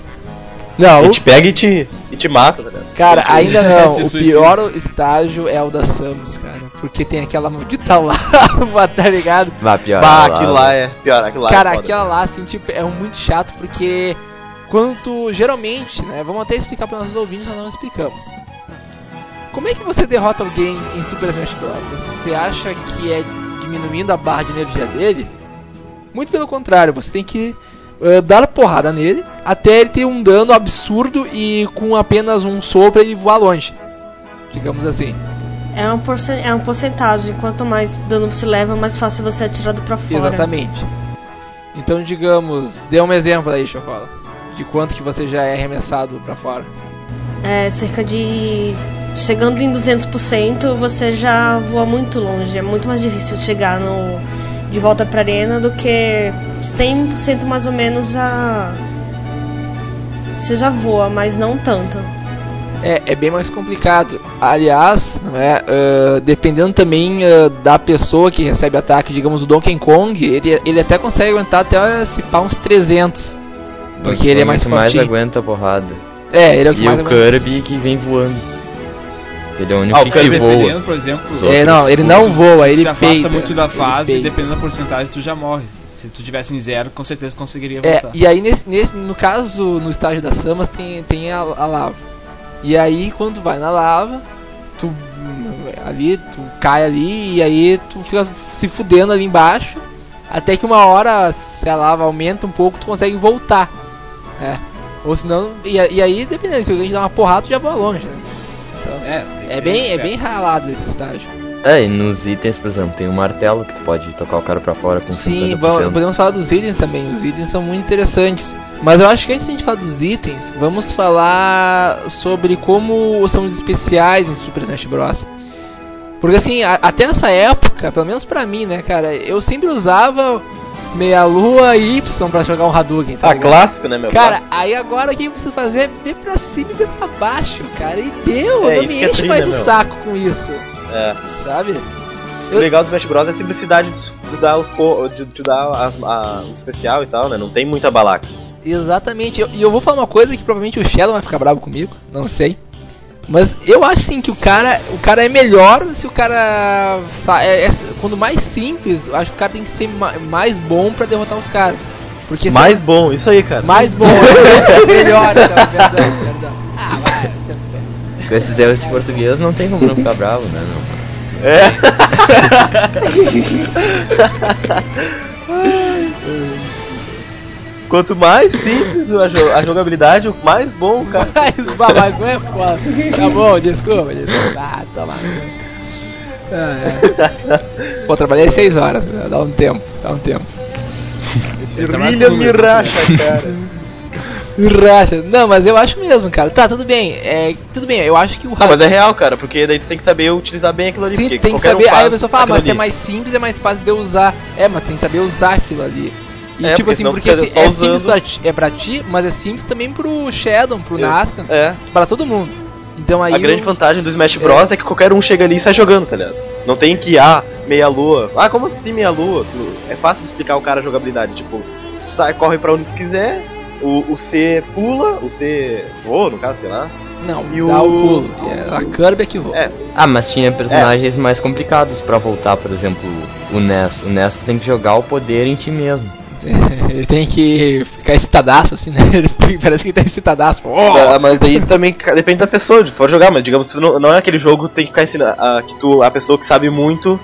Speaker 2: Não,
Speaker 1: Ele
Speaker 2: o-
Speaker 1: te pega e te, e te mata, tá ligado?
Speaker 2: Cara, ainda não.
Speaker 3: Se
Speaker 2: o
Speaker 3: suicida.
Speaker 2: pior estágio é o da Samus, cara. Porque tem aquela maldita lava, tá ligado?
Speaker 5: Vai pior.
Speaker 1: Bah,
Speaker 5: lá,
Speaker 1: aquilo
Speaker 5: lá.
Speaker 1: lá é. Pior, aquilo lá
Speaker 2: cara,
Speaker 1: é. foda.
Speaker 2: aquela lá, assim, tipo, é muito chato porque. Quanto geralmente, né? Vamos até explicar para nossos ouvintes, nós não explicamos. Como é que você derrota alguém em Super Smash Bros? Você acha que é diminuindo a barra de energia dele? Muito pelo contrário, você tem que eh, dar porrada nele até ele ter um dano absurdo e com apenas um sopro ele voar longe. Digamos assim.
Speaker 4: É um, porcen é um porcentagem. Quanto mais dano você leva, mais fácil você é atirado pra fora.
Speaker 2: Exatamente. Então, digamos, dê um exemplo aí, Chocola. De quanto que você já é arremessado pra fora.
Speaker 4: É cerca de. Chegando em 200%, você já voa muito longe. É muito mais difícil de chegar no... de volta pra arena do que 100% mais ou menos já. Você já voa, mas não tanto.
Speaker 2: É, é bem mais complicado. Aliás, não é, ah, dependendo também ah, da pessoa que recebe ataque, digamos o Donkey Kong, ele, ele até consegue aguentar até se pá uns 300. Porque ele é mais
Speaker 5: Quanto mais
Speaker 2: fortinho.
Speaker 5: aguenta a porrada.
Speaker 2: É, ele é o que
Speaker 5: E
Speaker 2: mais
Speaker 5: o
Speaker 2: aguenta.
Speaker 5: Kirby que vem voando. Ele é o único
Speaker 1: Ah, o
Speaker 5: que
Speaker 1: Kirby
Speaker 5: voa.
Speaker 3: Dependendo, por exemplo,
Speaker 5: Os
Speaker 2: É, não, ele não voa,
Speaker 3: se tu
Speaker 2: ele
Speaker 3: se afasta
Speaker 2: peida.
Speaker 3: muito da
Speaker 2: Ele
Speaker 3: fase,
Speaker 2: peida.
Speaker 3: dependendo da porcentagem, tu já morre. Se tu tivesse em zero, com certeza conseguiria
Speaker 2: É,
Speaker 3: voltar.
Speaker 2: e aí nesse, nesse- no caso, no estágio das Samas, tem, tem a, a lava. E aí quando vai na lava, tu ali, tu cai ali e aí tu fica se fudendo ali embaixo, até que uma hora, se a lava aumenta um pouco, tu consegue voltar. né? Ou senão. E, a- e aí, dependendo, se alguém te dá uma porrada, tu já voa longe, né?
Speaker 3: tem que
Speaker 2: É
Speaker 3: ser
Speaker 2: bem, é
Speaker 3: esperto.
Speaker 2: bem ralado esse estágio.
Speaker 5: É, e nos itens, por exemplo, tem um martelo que tu pode tocar o cara pra fora com
Speaker 2: Sim,
Speaker 5: 50%.
Speaker 2: vamos, podemos falar dos itens também. Os itens são muito interessantes. Mas eu acho que antes de a gente falar dos itens, vamos falar sobre como são os especiais em Super Smash Bros. Porque assim, a- até nessa época, pelo menos pra mim, né, cara, eu sempre usava meia lua e Y pra jogar um Hadouken. Tá
Speaker 1: Ah,
Speaker 2: ligado?
Speaker 1: clássico, né, meu?
Speaker 2: Cara,
Speaker 1: Clássico.
Speaker 2: aí agora o que eu preciso fazer é ver pra cima e ver pra baixo, cara. E deu,
Speaker 1: É,
Speaker 2: eu não
Speaker 1: isso
Speaker 2: me
Speaker 1: que é
Speaker 2: enche
Speaker 1: tri,
Speaker 2: mais
Speaker 1: né,
Speaker 2: o
Speaker 1: meu?
Speaker 2: saco com isso,
Speaker 1: É.
Speaker 2: sabe?
Speaker 1: O legal do Smash Bros é a simplicidade de de dar os po- de, de dar as- a- o especial e tal, né? Não tem muita balaca.
Speaker 2: Exatamente. Eu- E eu, vou falar uma coisa que provavelmente o Shadow vai ficar bravo comigo, não sei. Mas eu acho sim que o cara, o cara é melhor se o cara sa- é- é- quando mais simples, eu acho que o cara tem que ser ma- mais bom pra derrotar os caras. Porque se- é
Speaker 1: Mais bom, isso é aí, cara.
Speaker 2: mais bom, melhor, então, perdão, perdão. Ah, vai.
Speaker 5: Com esses erros de português não tem como não ficar bravo, né? Não, mas...
Speaker 1: É. Quanto mais simples a, jo- a jogabilidade, o mais bom, o cara.
Speaker 2: Mas, bah, mas não é foda. Tá bom, desculpa, desculpa. Ah, toma. Ah, é. Pô, trabalhei seis horas, meu, dá um tempo, dá um tempo.
Speaker 1: Esse
Speaker 3: trabalho
Speaker 1: William
Speaker 3: com
Speaker 1: me
Speaker 3: números,
Speaker 1: racha, cara.
Speaker 2: Racha. Não, mas eu acho mesmo, cara. Tá, tudo bem. É, tudo bem, eu acho que o
Speaker 1: Não, mas é real, cara, porque daí tu tem que saber utilizar bem aquilo ali.
Speaker 2: Sim,
Speaker 1: porque
Speaker 2: tu tem que
Speaker 1: qualquer um
Speaker 2: saber. aí a
Speaker 1: faz
Speaker 2: pessoa fala, ah,
Speaker 1: aquilo
Speaker 2: mas se é
Speaker 1: ali.
Speaker 2: mais simples, é mais fácil de eu usar. É, mas tem que saber usar aquilo ali. E
Speaker 1: É,
Speaker 2: tipo
Speaker 1: porque
Speaker 2: assim,
Speaker 1: senão
Speaker 2: porque
Speaker 1: fica
Speaker 2: assim,
Speaker 1: só
Speaker 2: é
Speaker 1: usando.
Speaker 2: simples pra ti, é pra ti, mas é simples também pro Shadow, pro
Speaker 1: Eu-
Speaker 2: Nascan,
Speaker 1: É,
Speaker 2: pra todo mundo. Então aí.
Speaker 1: a grande
Speaker 2: o-
Speaker 1: vantagem do Smash Bros é. que qualquer um chega ali e sai jogando, tá ligado? Não tem que, ah, meia lua. Ah, como assim meia lua? Tu- É fácil de explicar o cara a jogabilidade, tipo, tu sai, corre pra onde tu quiser, o, o C pula, o C voa, no caso, sei lá.
Speaker 2: Não,
Speaker 1: e
Speaker 2: dá o
Speaker 1: o-
Speaker 2: pulo. É, a Kirby é que voa.
Speaker 1: É.
Speaker 5: Ah, mas tinha personagens mais complicados pra voltar, por exemplo, o Ness. O Ness tem que jogar o poder em ti mesmo.
Speaker 2: Ele tem que ficar excitadaço, assim, né? Ele fica- parece que ele tá excitadaço.
Speaker 1: Ah, mas daí também ca- depende da pessoa, de for jogar, mas digamos, tu não, não é aquele jogo que tem que ficar ensinando, ah, que tu, a pessoa que sabe muito,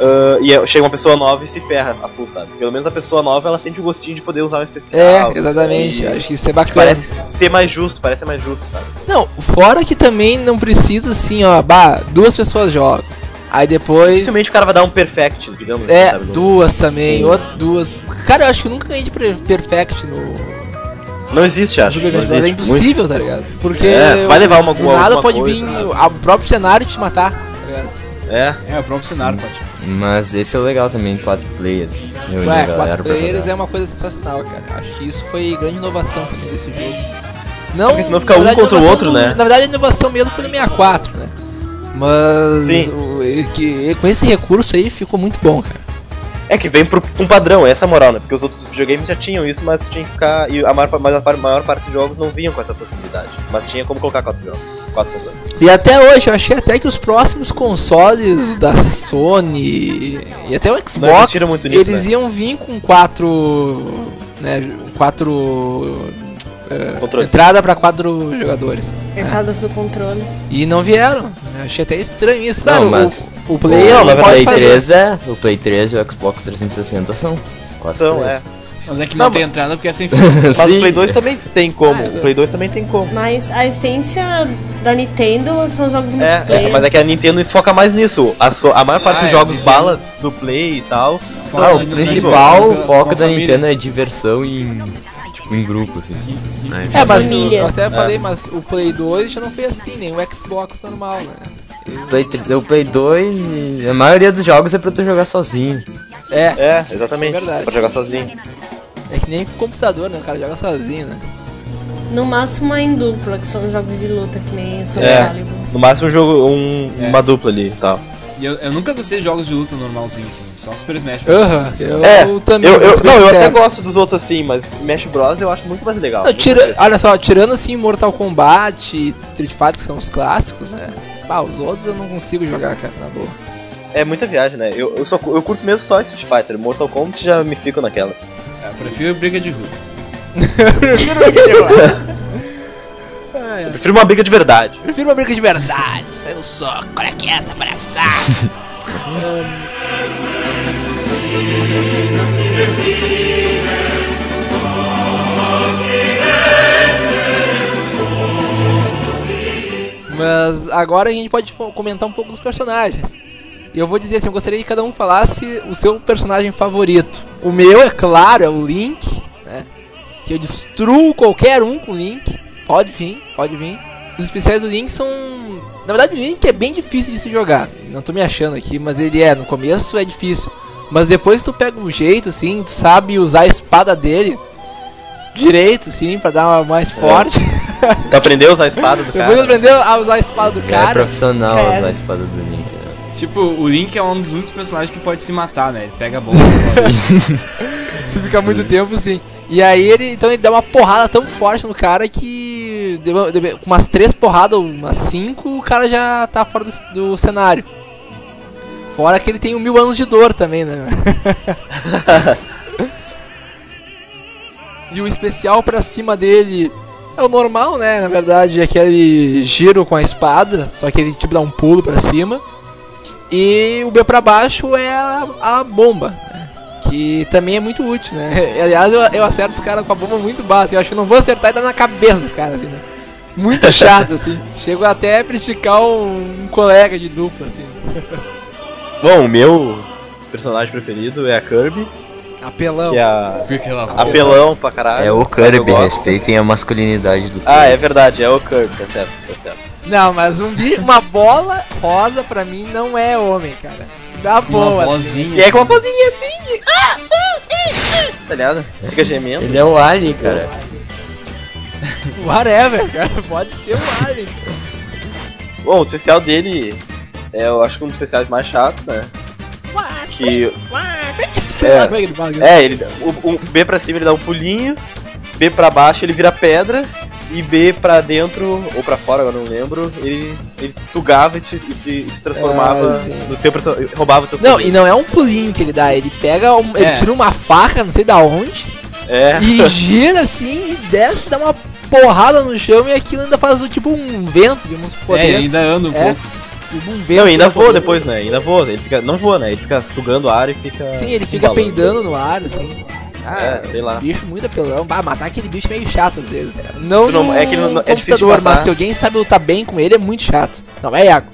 Speaker 1: ah, e é- chega uma pessoa nova e se ferra a full, sabe? Pelo menos a pessoa nova, ela sente o gostinho de poder usar um especial.
Speaker 2: É, exatamente.
Speaker 1: e-
Speaker 2: eu Acho que isso é bacana.
Speaker 1: Parece ser mais justo, parece ser mais justo, sabe?
Speaker 2: Não, fora que também não precisa assim, ó, bah, duas pessoas jogam. Aí depois.
Speaker 1: Dificilmente o cara vai dar um perfect, digamos assim,
Speaker 2: É,
Speaker 1: sabe?
Speaker 2: duas também, ou duas. Cara, eu acho que eu nunca ganhei de pre- perfect no
Speaker 1: Não existe, acho.
Speaker 2: jogo
Speaker 1: Não
Speaker 2: mas é
Speaker 1: existe, muito.
Speaker 2: impossível, tá ligado? Porque
Speaker 1: É, tu vai levar uma
Speaker 2: do
Speaker 1: alguma-
Speaker 2: nada
Speaker 1: alguma
Speaker 2: pode
Speaker 1: coisa,
Speaker 2: vir
Speaker 1: né?
Speaker 2: a- o próprio cenário te matar. tá ligado?
Speaker 1: É.
Speaker 3: É, o próprio cenário, pode.
Speaker 5: Mas esse é o legal também, quatro players. Reunir
Speaker 2: Ué,
Speaker 5: a galera
Speaker 2: quatro
Speaker 5: pra
Speaker 2: players
Speaker 5: jogar.
Speaker 2: é uma coisa sensacional, cara. Acho que isso foi grande inovação assim, desse jogo. Não,
Speaker 1: Porque senão fica
Speaker 2: na
Speaker 1: um
Speaker 2: verdade, a
Speaker 1: contra o
Speaker 2: inovação
Speaker 1: outro,
Speaker 2: do-
Speaker 1: né?
Speaker 2: Na verdade, a inovação mesmo foi no 64, né? Mas
Speaker 1: Sim.
Speaker 2: o- e que, com esse recurso aí ficou muito bom, cara.
Speaker 1: É que vem pro, um padrão, essa é a moral, né? Porque os outros videogames já tinham isso, mas tinha que ficar. E a maior, pa- mas a par- maior parte dos jogos não vinham com essa possibilidade. Mas tinha como colocar quatro jogos. Quatro consoles.
Speaker 2: E até hoje, eu achei até que os próximos consoles da Sony e até o Xbox,
Speaker 1: investiram muito nisso,
Speaker 2: eles
Speaker 1: né?
Speaker 2: iam vir com quatro, né, quatro eh,
Speaker 1: Controles.
Speaker 2: entrada para quatro jogadores.
Speaker 4: Mercadas do controle.
Speaker 2: E não vieram. Eu achei até estranho isso.
Speaker 5: Não,
Speaker 2: Claro,
Speaker 5: mas
Speaker 2: o, o Play,
Speaker 5: o
Speaker 2: um não, pode
Speaker 5: Play
Speaker 2: fazer.
Speaker 5: 3 é. O Play 3 e o Xbox 360 são. Quatro
Speaker 1: São, é.
Speaker 5: players.
Speaker 3: Mas é que não,
Speaker 1: Não,
Speaker 3: tem entrada porque é sem fio.
Speaker 1: Mas
Speaker 5: Sim.
Speaker 1: o Play 2 também tem como.
Speaker 2: Ah,
Speaker 1: o Play 2 também tem como.
Speaker 4: Mas a essência da Nintendo são jogos
Speaker 1: É,
Speaker 4: multiplayer.
Speaker 1: é, mas é que a Nintendo foca mais nisso. A, so- a maior parte
Speaker 3: Ah,
Speaker 1: dos
Speaker 3: é,
Speaker 1: jogos
Speaker 3: Nintendo.
Speaker 1: balas do Play e tal.
Speaker 5: Ah,
Speaker 3: Fala,
Speaker 5: o principal foco da Nintendo é diversão em, tipo, em grupo, assim.
Speaker 2: É, mas o-
Speaker 4: Família.
Speaker 2: eu até falei, mas o Play 2 já não foi assim, nem o Xbox normal, né?
Speaker 5: Play tr- o Play 2, e a maioria dos jogos é pra tu jogar sozinho.
Speaker 2: É,
Speaker 1: É, exatamente.
Speaker 2: É verdade.
Speaker 1: pra jogar sozinho.
Speaker 2: é que nem com o computador, né? O cara joga sozinho, né?
Speaker 4: No máximo é em dupla, que são jogos de luta, que nem o Soul
Speaker 1: É.
Speaker 4: Calibur.
Speaker 1: No máximo um jogo, um-
Speaker 3: É.
Speaker 1: uma dupla ali e tal.
Speaker 3: E eu, eu nunca gostei de jogos de luta normalzinho, assim. Só Super Smash. Bros.
Speaker 2: Aham, eu,
Speaker 1: É,
Speaker 2: também.
Speaker 1: eu,
Speaker 2: vou
Speaker 1: eu,
Speaker 2: ser
Speaker 1: não, eu
Speaker 2: sincero.
Speaker 1: até gosto dos outros assim, mas Smash Bros eu acho muito mais legal.
Speaker 2: Não, tira, olha só, tirando assim Mortal Kombat e Street Fighter, que são os clássicos, né? Ah, os outros eu não consigo jogar, cara, na boa.
Speaker 1: É muita viagem, né? Eu, eu, só, cu- eu curto mesmo só Street Fighter. Mortal Kombat já me fico naquelas.
Speaker 3: É, eu prefiro briga de rua.
Speaker 1: Eu prefiro uma briga de verdade.
Speaker 2: Prefiro uma briga de verdade, sai no soco, olha que essa, abraçar. Mas agora a gente pode fo- comentar um pouco dos personagens. E eu vou dizer assim, eu gostaria que cada um falasse o seu personagem favorito. O meu, é claro, é o Link, né? Que eu destruo qualquer um com o Link. Pode vir, pode vir. Os especiais do Link são Na verdade, o Link é bem difícil de se jogar. Não tô me achando aqui, mas ele é. No começo é difícil. Mas depois tu pega um jeito, assim, tu sabe usar a espada dele direito, assim, pra dar uma mais forte.
Speaker 1: Tu aprendeu a usar a espada do
Speaker 2: depois tu
Speaker 1: cara?
Speaker 2: aprendeu a usar a espada do
Speaker 5: Cara, é
Speaker 2: cara.
Speaker 5: profissional
Speaker 4: Cara.
Speaker 5: usar a espada do Link. né?
Speaker 3: Tipo, o Link é um dos únicos personagens que pode se matar, né? Ele pega a bomba. e
Speaker 2: Se ficar muito tempo, sim. E aí ele, então ele dá uma porrada tão forte no cara que deu- deu- com umas três porradas, umas cinco, o cara já tá fora do, c- do cenário. Fora que ele tem um mil anos de dor também, né? e o especial pra cima dele é o normal, né? Na verdade, é aquele giro com a espada, só que ele tipo dá um pulo pra cima. E o B pra baixo é a, a bomba, né? que também é muito útil, né? Aliás, eu, eu acerto os caras com a bomba muito básica. Eu acho que eu não vou acertar e dar na cabeça dos caras, assim, né? Muito chato, assim. Chego até a prejudicar um, um colega de dupla, assim.
Speaker 1: Bom, o meu personagem preferido é a Kirby,
Speaker 2: Apelão.
Speaker 1: que é a...
Speaker 3: Porque ela
Speaker 1: apelão pra caralho.
Speaker 5: É o Kirby,
Speaker 1: Eu gosto.
Speaker 5: respeitem a masculinidade do
Speaker 1: Ah, é verdade, é o Kirby, tá certo, tá certo.
Speaker 2: Não, mas um bi- uma bola rosa pra mim não é homem, cara. Dá boa.
Speaker 3: uma
Speaker 2: assim.
Speaker 1: E
Speaker 3: vozinha.
Speaker 1: é com uma vozinha assim, de... ah, ah, ah, ah, tá ligado? Fica gemendo.
Speaker 5: Ele é o Ali, cara.
Speaker 2: Whatever, cara. Pode ser o Alien.
Speaker 1: Bom, o especial dele é, eu acho que um dos especiais mais chatos, né? Que.
Speaker 2: Sabe como é que ele fala?
Speaker 1: É, ele, o, o B pra cima ele dá um pulinho, B pra baixo ele vira pedra, e B pra dentro, ou pra fora, agora eu não lembro, ele, ele te sugava e, te, e te- e se transformava
Speaker 2: Ah, sim.
Speaker 1: no teu perso- roubava teus
Speaker 2: Não, e
Speaker 1: poderes.
Speaker 2: não é um pulinho que ele dá. Ele pega, um, ele
Speaker 3: É.
Speaker 2: tira uma faca, não sei da onde.
Speaker 1: É.
Speaker 2: E gira assim e desce, dá uma porrada no chão e aquilo ainda faz tipo um vento, digamos,
Speaker 3: É, ele
Speaker 2: poder.
Speaker 3: ainda anda um
Speaker 2: É.
Speaker 3: pouco.
Speaker 2: tipo um vento.
Speaker 1: Não, e ainda
Speaker 2: dá
Speaker 1: voa
Speaker 2: poder.
Speaker 1: depois, né? Ainda voa, né? ele fica. Não voa, né? Ele fica sugando ar e fica.
Speaker 2: Sim, ele fica
Speaker 1: embalando.
Speaker 2: peidando no ar, assim. Ah,
Speaker 1: É, sei lá.
Speaker 2: Bicho muito apelão. Bah, matar aquele bicho é meio chato às vezes. cara. Não,
Speaker 1: Tu não-
Speaker 2: no
Speaker 1: é que ele não- é difícil de
Speaker 2: computador, mas
Speaker 1: matar.
Speaker 2: se alguém sabe lutar bem com ele é muito chato. Não, é Iago.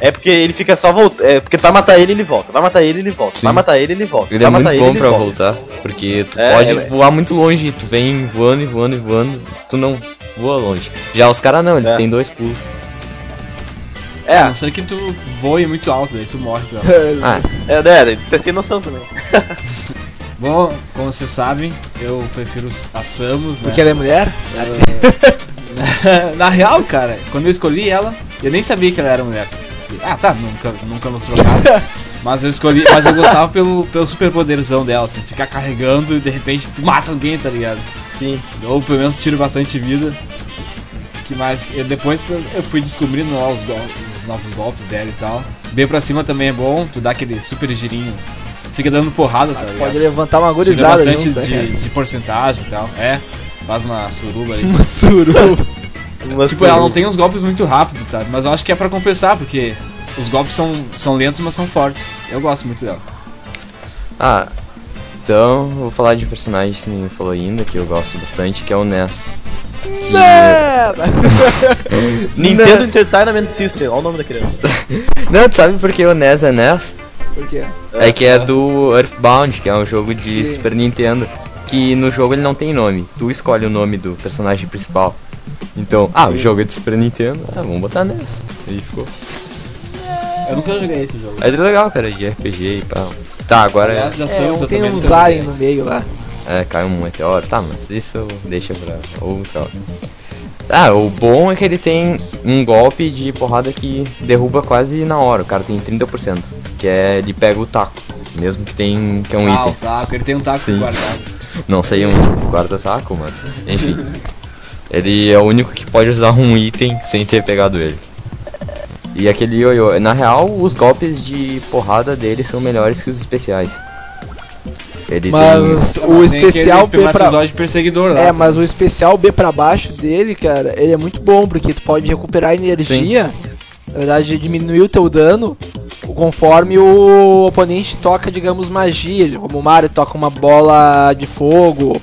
Speaker 1: É porque ele fica só voltando. É porque tu vai matar ele ele volta. Vai matar ele ele volta.
Speaker 5: Sim.
Speaker 1: Vai matar ele ele volta.
Speaker 5: Ele
Speaker 1: vai
Speaker 5: é
Speaker 1: matar
Speaker 5: muito bom
Speaker 1: tá ele,
Speaker 5: pra
Speaker 1: ele volta.
Speaker 5: voltar, porque tu
Speaker 1: É,
Speaker 5: pode
Speaker 1: é.
Speaker 5: voar muito longe, tu vem voando e voando e voando, tu não voa longe. Já os caras não, eles
Speaker 1: É.
Speaker 5: têm dois pulos.
Speaker 3: A
Speaker 1: É,
Speaker 3: não ser que tu voe muito alto, daí tu morre. tá? Pra...
Speaker 5: Ah,
Speaker 1: é, né? Tá sem noção também.
Speaker 3: Bom, como vocês sabem, eu prefiro a Samus, né?
Speaker 2: Porque ela é mulher?
Speaker 3: Na real, cara, quando eu escolhi ela, eu nem sabia que ela era mulher. Ah, tá, nunca, nunca nos trocaram. mas eu escolhi, mas eu gostava pelo, pelo superpoderzão dela, assim, ficar carregando e de repente tu mata alguém, tá ligado?
Speaker 1: Sim.
Speaker 3: Ou pelo menos tiro bastante vida. Que mais? Eu, depois eu fui descobrindo lá os, gol- os novos golpes dela e tal. B pra cima também é bom, tu dá aquele super girinho. Fica dando porrada, tá ligado?
Speaker 2: Pode levantar uma
Speaker 3: Tira
Speaker 2: gorizada
Speaker 3: bastante
Speaker 2: junto, né,
Speaker 3: de,
Speaker 2: cara?
Speaker 3: de porcentagem e tal. É, faz uma suruba aí.
Speaker 2: Uma suruba.
Speaker 1: Mas,
Speaker 3: Tipo, ela não tem uns golpes muito rápidos, sabe? Mas eu acho que é pra compensar, porque os golpes são, são lentos, mas são fortes. Eu gosto muito dela.
Speaker 5: ah, então vou falar de um personagem que ninguém falou ainda, que eu gosto bastante, que é o Ness. Que-
Speaker 2: É,
Speaker 1: Nintendo Entertainment System, olha o nome da criança.
Speaker 5: Não, tu sabe por que o Ness é Ness?
Speaker 2: Porque
Speaker 5: É que é do Earthbound, que é um jogo de
Speaker 2: Sim.
Speaker 5: Super Nintendo. Que no jogo ele não tem nome, tu escolhe o nome do personagem principal. Então, ah, o jogo é de Super Nintendo, ah, vamos botar Ness. Aí ficou.
Speaker 3: Eu nunca joguei esse jogo.
Speaker 5: É legal, cara, de RPG e pá. Tá, agora
Speaker 3: Aliás, da
Speaker 2: é,
Speaker 3: Samus
Speaker 2: um
Speaker 3: eu
Speaker 2: tem
Speaker 3: também
Speaker 2: uns
Speaker 3: nunca
Speaker 2: aliens
Speaker 3: joguei.
Speaker 2: no meio lá.
Speaker 5: é, caiu um meteoro. Tá, mas isso deixa pra outra hora. Ah, o bom é que ele tem um golpe de porrada que derruba quase na hora. O cara tem 30%, que é ele pega o taco, mesmo que tem que é um
Speaker 3: Ah, o
Speaker 5: item.
Speaker 3: taco, ele tem um taco
Speaker 5: Sim.
Speaker 3: guardado.
Speaker 5: Não sei um guarda-saco, mas enfim. Ele é o único que pode usar um item sem ter pegado ele. E aquele ioiô, na real, os golpes de porrada dele são melhores que os especiais. Ele tem...
Speaker 2: Mas o
Speaker 3: Tem um é
Speaker 2: especial
Speaker 3: aquele
Speaker 2: B pra
Speaker 3: espermatozoide perseguidor lá.
Speaker 2: É,
Speaker 3: tá?
Speaker 5: né?
Speaker 2: mas o especial B pra baixo dele, cara, ele é muito bom, porque tu pode recuperar energia, na verdade diminuir o teu dano, conforme o oponente toca, digamos, magia, ele- como o Mario toca uma bola de fogo,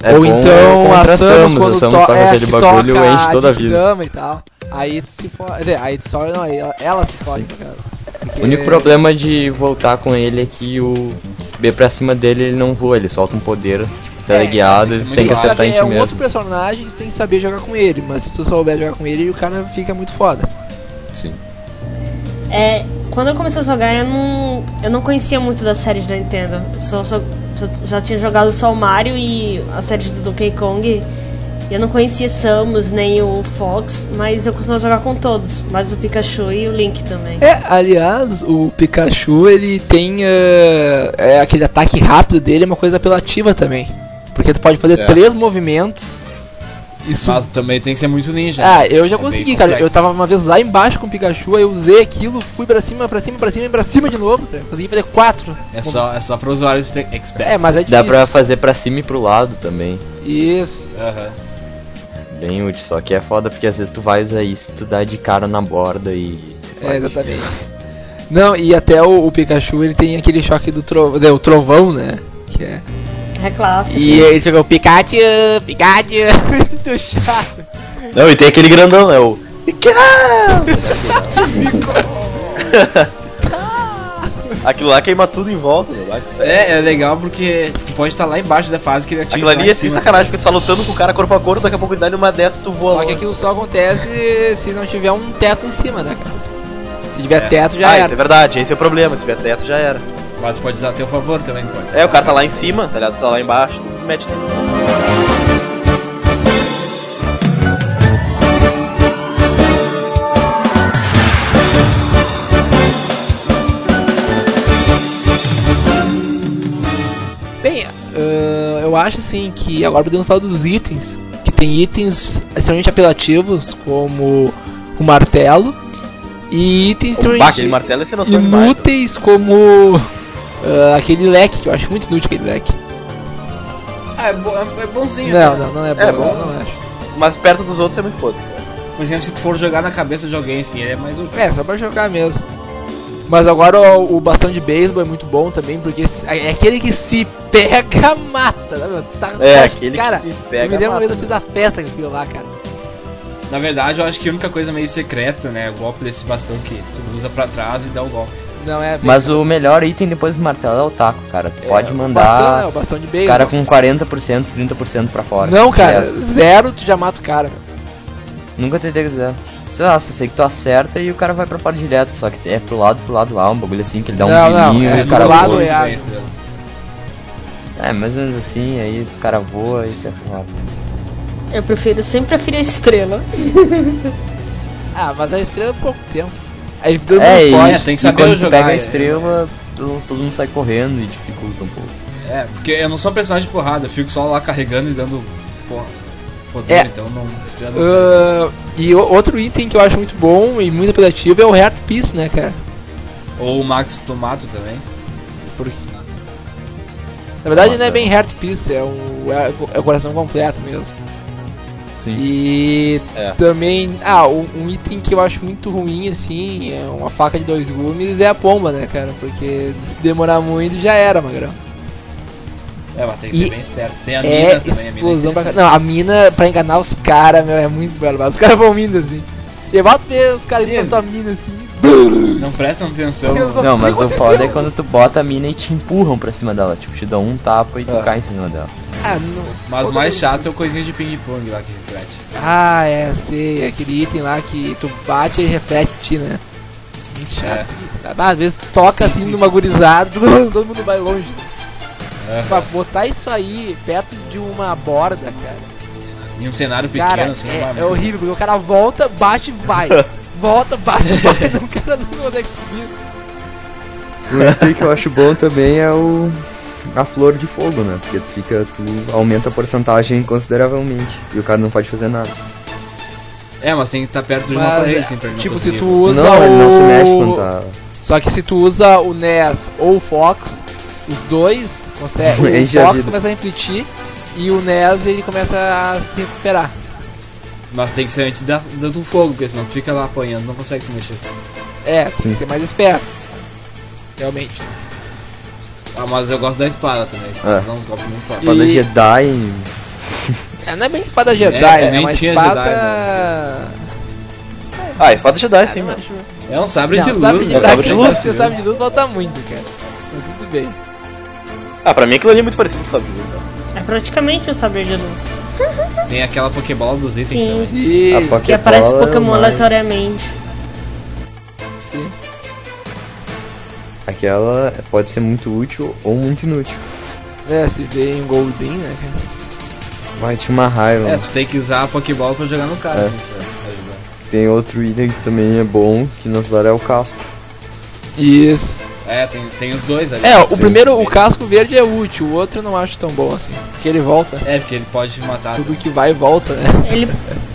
Speaker 5: É
Speaker 2: ou
Speaker 5: bom
Speaker 2: então
Speaker 5: contra
Speaker 2: a Samus, quando
Speaker 5: a Samus
Speaker 2: to-
Speaker 5: toca
Speaker 2: é,
Speaker 5: aquele
Speaker 2: que
Speaker 5: bagulho
Speaker 2: toca
Speaker 5: enche toda a vida.
Speaker 2: Gintama e tal. Aí tu se fode, quer dizer, aí tu só, não, aí ela, ela se fode, cara.
Speaker 5: O único problema de voltar com ele é que o B pra cima dele ele não voa, ele solta um poder tipo,
Speaker 3: tem que
Speaker 5: teleguiadas,
Speaker 3: ser
Speaker 5: tem que
Speaker 3: muito
Speaker 5: acertar
Speaker 2: Sabe,
Speaker 5: em ti
Speaker 2: é um outro
Speaker 5: mesmo.
Speaker 2: personagem que tem que saber jogar com ele, mas se tu souber jogar com ele, o cara fica muito foda.
Speaker 5: Sim.
Speaker 4: É, quando eu comecei a jogar, eu não, eu não conhecia muito das séries da Nintendo. Eu Só, só, só- já tinha jogado só o Mario e a série do Donkey Kong. E Eu não conhecia Samus nem o Fox, mas eu costumava jogar com todos. Mas o Pikachu e o Link também.
Speaker 2: É, aliás, o Pikachu ele tem eh, é, aquele ataque rápido dele, é uma coisa apelativa também. Porque tu pode fazer
Speaker 1: É.
Speaker 2: três movimentos. Isso.
Speaker 3: Mas também tem que ser muito ninja.
Speaker 2: Ah, eu já
Speaker 3: é bem
Speaker 2: consegui, cara. Eu
Speaker 3: complexo.
Speaker 2: tava uma vez lá embaixo com o Pikachu, aí eu usei aquilo, fui pra cima, pra cima, pra cima e pra cima de novo. cara. Consegui fazer quatro.
Speaker 3: É só, é só pra usuários exper- experts.
Speaker 2: É, mas é
Speaker 5: Dá
Speaker 2: difícil.
Speaker 5: pra fazer pra cima e pro lado também.
Speaker 2: Isso.
Speaker 3: Aham.
Speaker 5: Bem útil, só que é foda porque às vezes tu vai usar isso, tu dá de cara na borda e. se
Speaker 2: É,
Speaker 5: fode.
Speaker 2: exatamente. Não, e até o, o Pikachu ele tem aquele choque do trovão, o trovão, né? Que é.
Speaker 4: É clássico.
Speaker 2: E ele fica o Pikachu, Pikachu, muito chato.
Speaker 1: Não, e tem aquele grandão, né? O. Aquilo lá queima tudo em volta, né? Lá que-
Speaker 3: É, é legal porque tu pode estar lá embaixo da fase que ele atinge.
Speaker 1: Aquilo ali
Speaker 3: lá
Speaker 1: é
Speaker 3: em cima.
Speaker 1: sem sacanagem, porque tu tá lutando com o cara corpo a corpo, daqui a pouco ele dá uma dessa tu voa
Speaker 2: Só que
Speaker 1: longe.
Speaker 2: aquilo só acontece se não tiver um teto em cima, né, cara? Se tiver teto, já
Speaker 1: ah, isso é
Speaker 2: era.
Speaker 1: verdade, esse é o problema, se tiver teto já era.
Speaker 3: Mas tu pode usar a teu favor também, pode.
Speaker 1: É, o cara tá lá em cima, tá ligado? Tu tá lá embaixo, tu mete nele.
Speaker 2: Bem, ah, eu acho assim que agora podemos falar dos itens. Que tem itens extremamente apelativos, como o martelo, e itens
Speaker 1: Bah,
Speaker 2: extremamente
Speaker 1: aquele martelo é sem noção demais.
Speaker 2: inúteis, como ah, aquele leque, que eu acho muito inútil aquele leque.
Speaker 3: Ah, é, bo é é bonzinho.
Speaker 2: Não,
Speaker 3: né?
Speaker 2: não, não é bom,
Speaker 1: É bom.
Speaker 2: não acho.
Speaker 1: Mas perto dos outros é muito podre.
Speaker 3: Por exemplo, se tu for jogar na cabeça de alguém, assim, ele é mais útil.
Speaker 2: É, só pra jogar mesmo. Mas agora o, o bastão de beisebol é muito bom também, porque se- é aquele que se pega, mata. Né, meu? Tá-
Speaker 1: É,
Speaker 2: tá-
Speaker 1: aquele
Speaker 2: cara,
Speaker 1: que
Speaker 2: eu
Speaker 1: se
Speaker 2: me
Speaker 1: pega.
Speaker 2: lembro uma
Speaker 1: mata.
Speaker 2: vez eu fiz
Speaker 5: né?
Speaker 2: a festa com aquilo lá, cara.
Speaker 3: Na verdade, eu acho que a única coisa meio secreta, né, é o golpe desse bastão que tu usa pra trás e dá o golpe.
Speaker 2: Não é bem-
Speaker 5: Mas o melhor item depois do martelo é o taco, cara. Tu
Speaker 2: é,
Speaker 5: pode
Speaker 2: O bastão, né,
Speaker 5: mandar
Speaker 2: o bastão de
Speaker 5: o
Speaker 2: beisebol.
Speaker 5: cara com é 40%, 30% pra fora.
Speaker 2: Não, cara,
Speaker 5: Direto.
Speaker 2: zero tu já mata o cara. velho.
Speaker 5: Nunca tentei com zero. Sei lá, só sei que tu acerta e o cara vai pra fora direto, só que é pro lado, pro lado A, um bagulho assim que ele dá
Speaker 2: Não,
Speaker 5: um
Speaker 2: não,
Speaker 5: vilinho
Speaker 2: é
Speaker 5: e o cara
Speaker 2: pro lado
Speaker 5: voa.
Speaker 2: é a-
Speaker 3: né?
Speaker 5: É, mais ou menos assim, aí o cara voa e você é ferrado.
Speaker 4: Eu prefiro, sempre prefiro a estrela.
Speaker 2: Ah, mas a estrela é por pouco tempo. Aí todo mundo
Speaker 5: É,
Speaker 2: pode.
Speaker 5: e,
Speaker 3: É, tem que
Speaker 5: e
Speaker 3: saber
Speaker 5: quando tu
Speaker 3: jogar,
Speaker 5: pega a
Speaker 3: é.
Speaker 5: estrela, tu- todo mundo sai correndo e dificulta um pouco.
Speaker 3: É, porque eu não sou um personagem de porrada, eu fico só lá carregando e dando porra, poder,
Speaker 2: É.
Speaker 3: então não estrela não serve.
Speaker 2: Ah, e o- outro item que eu acho muito bom e muito apelativo é o Heart Piece, né, cara?
Speaker 3: Ou o Max Tomato também.
Speaker 2: Na verdade não é bem Heart Piece, é, um, é, é o coração completo mesmo.
Speaker 5: Sim.
Speaker 2: E
Speaker 1: É.
Speaker 2: também. Ah, um, um item que eu acho muito ruim, assim, é uma faca de dois gumes é a pomba, né, cara? Porque se demorar muito já era, magrão.
Speaker 3: É, mas tem que ser
Speaker 2: E
Speaker 3: bem esperto. Tem a
Speaker 2: É
Speaker 3: mina também, a mina.
Speaker 2: explosão
Speaker 3: é
Speaker 2: pra
Speaker 3: interessante.
Speaker 2: caralho. Não, a mina pra enganar os caras, meu, é muito barbado. Os caras vão mindo assim. E volta ver os caras
Speaker 3: Sim.
Speaker 2: indo pra sua mina assim.
Speaker 3: Não prestam atenção.
Speaker 2: Eu só-
Speaker 5: Não, mas
Speaker 2: que
Speaker 5: o foda é quando tu bota a mina e te empurram pra cima dela. Tipo, te dão um tapa e tu cai em cima dela.
Speaker 2: Ah, não.
Speaker 3: Mas o
Speaker 2: Foda
Speaker 3: mais
Speaker 2: isso.
Speaker 3: chato é o coisinha de ping-pong lá que reflete.
Speaker 2: Ah, é, sei. é Aquele item lá que tu bate e reflete em ti, né? Muito
Speaker 3: É.
Speaker 2: chato. Ah, às vezes tu toca assim numa gurizada, todo mundo vai longe. né?
Speaker 3: É.
Speaker 2: Pra botar isso aí perto de uma borda, cara.
Speaker 3: Em um cenário pequeno,
Speaker 2: Cara,
Speaker 3: assim, não vai
Speaker 2: é, é
Speaker 3: muito.
Speaker 2: horrível, porque o cara volta, bate e vai. Volta, bate e vai. O cara não consegue subir.
Speaker 5: O item que eu acho bom também é o. A flor de fogo, né? Porque tu fica. Tu aumenta a porcentagem consideravelmente. E o cara não pode fazer nada.
Speaker 3: É, mas tem que estar perto de uma
Speaker 2: Mas,
Speaker 3: parede,
Speaker 2: é,
Speaker 3: assim, pra ele não
Speaker 2: tipo, se
Speaker 3: conseguir.
Speaker 2: tu usa
Speaker 5: não,
Speaker 2: o...
Speaker 5: ele não se mexe quando tá.
Speaker 2: Só que se tu usa o NES ou o Fox, os dois, consegue... o
Speaker 5: Enche a
Speaker 2: Fox
Speaker 5: vida.
Speaker 2: começa a refletir e o NES ele começa a se recuperar.
Speaker 3: Mas tem que ser antes da, da- do fogo, porque senão tu fica lá apanhando, não consegue se mexer.
Speaker 2: É, tem
Speaker 5: Sim.
Speaker 2: que ser mais esperto. Realmente.
Speaker 3: Ah, mas eu gosto da espada também. a Espada dá uns golpes muito fortes.
Speaker 5: É. Espada
Speaker 2: E-
Speaker 5: Jedi.
Speaker 2: É, não é bem espada Jedi,
Speaker 3: É,
Speaker 2: né? É
Speaker 3: nem
Speaker 2: uma
Speaker 3: tinha
Speaker 2: espada...
Speaker 3: Jedi, né?
Speaker 1: Ah, espada Jedi sim,
Speaker 2: Ah, não
Speaker 1: mano.
Speaker 2: acho-
Speaker 3: É um sabre
Speaker 2: Não,
Speaker 3: de luz.
Speaker 2: sabe
Speaker 3: né?
Speaker 2: de,
Speaker 1: É um
Speaker 2: sabe
Speaker 1: sabre
Speaker 2: de
Speaker 1: de
Speaker 2: luz,
Speaker 1: luz,
Speaker 2: você sabe de luz, falta muito, cara. Mas tudo bem.
Speaker 1: Ah, pra mim aquilo ali é muito parecido com o Sabre de Luz, né?
Speaker 4: É praticamente um saber de luz.
Speaker 3: né? Tem aquela Pokébola dos itens também.
Speaker 4: Sim.
Speaker 2: E...
Speaker 5: A Pokébola
Speaker 4: Que aparece
Speaker 5: é o
Speaker 4: Pokémon
Speaker 5: mais-
Speaker 4: aleatoriamente.
Speaker 2: Sim.
Speaker 5: Aquela pode ser muito útil ou muito inútil.
Speaker 2: É, se vê em Golden, né? cara?
Speaker 5: Vai te uma raiva.
Speaker 3: É, tu tem que usar a Pokébola pra jogar no cara.
Speaker 5: É.
Speaker 3: assim, pra ajudar.
Speaker 5: Tem outro item que também é bom, que na verdade é o casco.
Speaker 2: Isso.
Speaker 3: É, tem, tem os dois ali.
Speaker 2: É, o
Speaker 5: Sim.
Speaker 2: primeiro, o casco verde é útil, o outro eu não acho tão bom assim. Porque ele volta.
Speaker 3: É, porque ele pode te matar.
Speaker 2: Tudo que vai volta, né?
Speaker 4: Ele,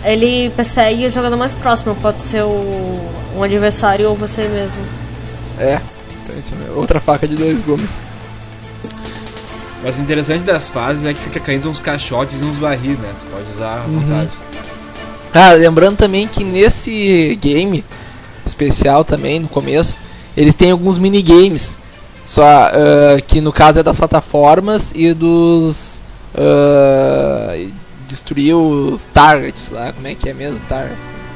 Speaker 4: ele persegue o jogador mais próximo, pode ser o, um adversário ou você mesmo.
Speaker 2: É. Então isso mesmo. Outra faca de dois gumes.
Speaker 3: Mas o interessante das fases é que fica caindo uns caixotes e uns barris, né? Tu pode usar à
Speaker 2: Uhum.
Speaker 3: vontade.
Speaker 2: Ah, lembrando também que nesse game especial também, no começo, eles têm alguns minigames. Só ah, que no caso é das plataformas e dos. ah, e destruir os targets lá, como é que é mesmo? Tar...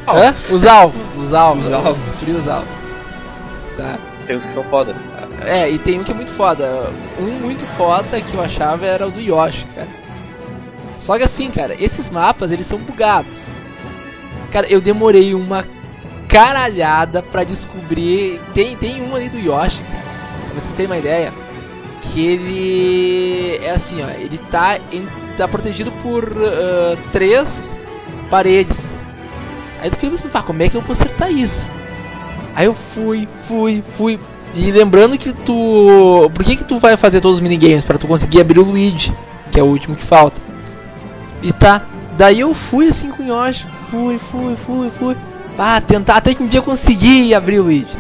Speaker 2: Hã? Os alvos. Os alvos.
Speaker 3: Os alvos.
Speaker 2: Destruir os alvos. Tá.
Speaker 1: Tem uns que são foda.
Speaker 2: É, e tem um que é muito foda. Um muito foda que eu achava era o do Yoshi, cara. Só que assim, cara, esses mapas eles são bugados. Cara, eu demorei uma caralhada pra descobrir. Tem, tem um ali do Yoshi, cara. Pra vocês terem uma ideia. Que ele. É assim, ó. Ele tá, em- tá protegido por ah, três paredes. Aí eu fiquei pensando, pá, como é que eu vou acertar isso? Aí eu fui, fui, fui. E lembrando que tu. Por que, que tu vai fazer todos os minigames? Pra tu conseguir abrir o Luigi, que é o último que falta. E tá. Daí eu fui assim com o Yoshi. Fui, fui, fui, fui. Ah, tentar. Até que um dia eu consegui abrir o Luigi.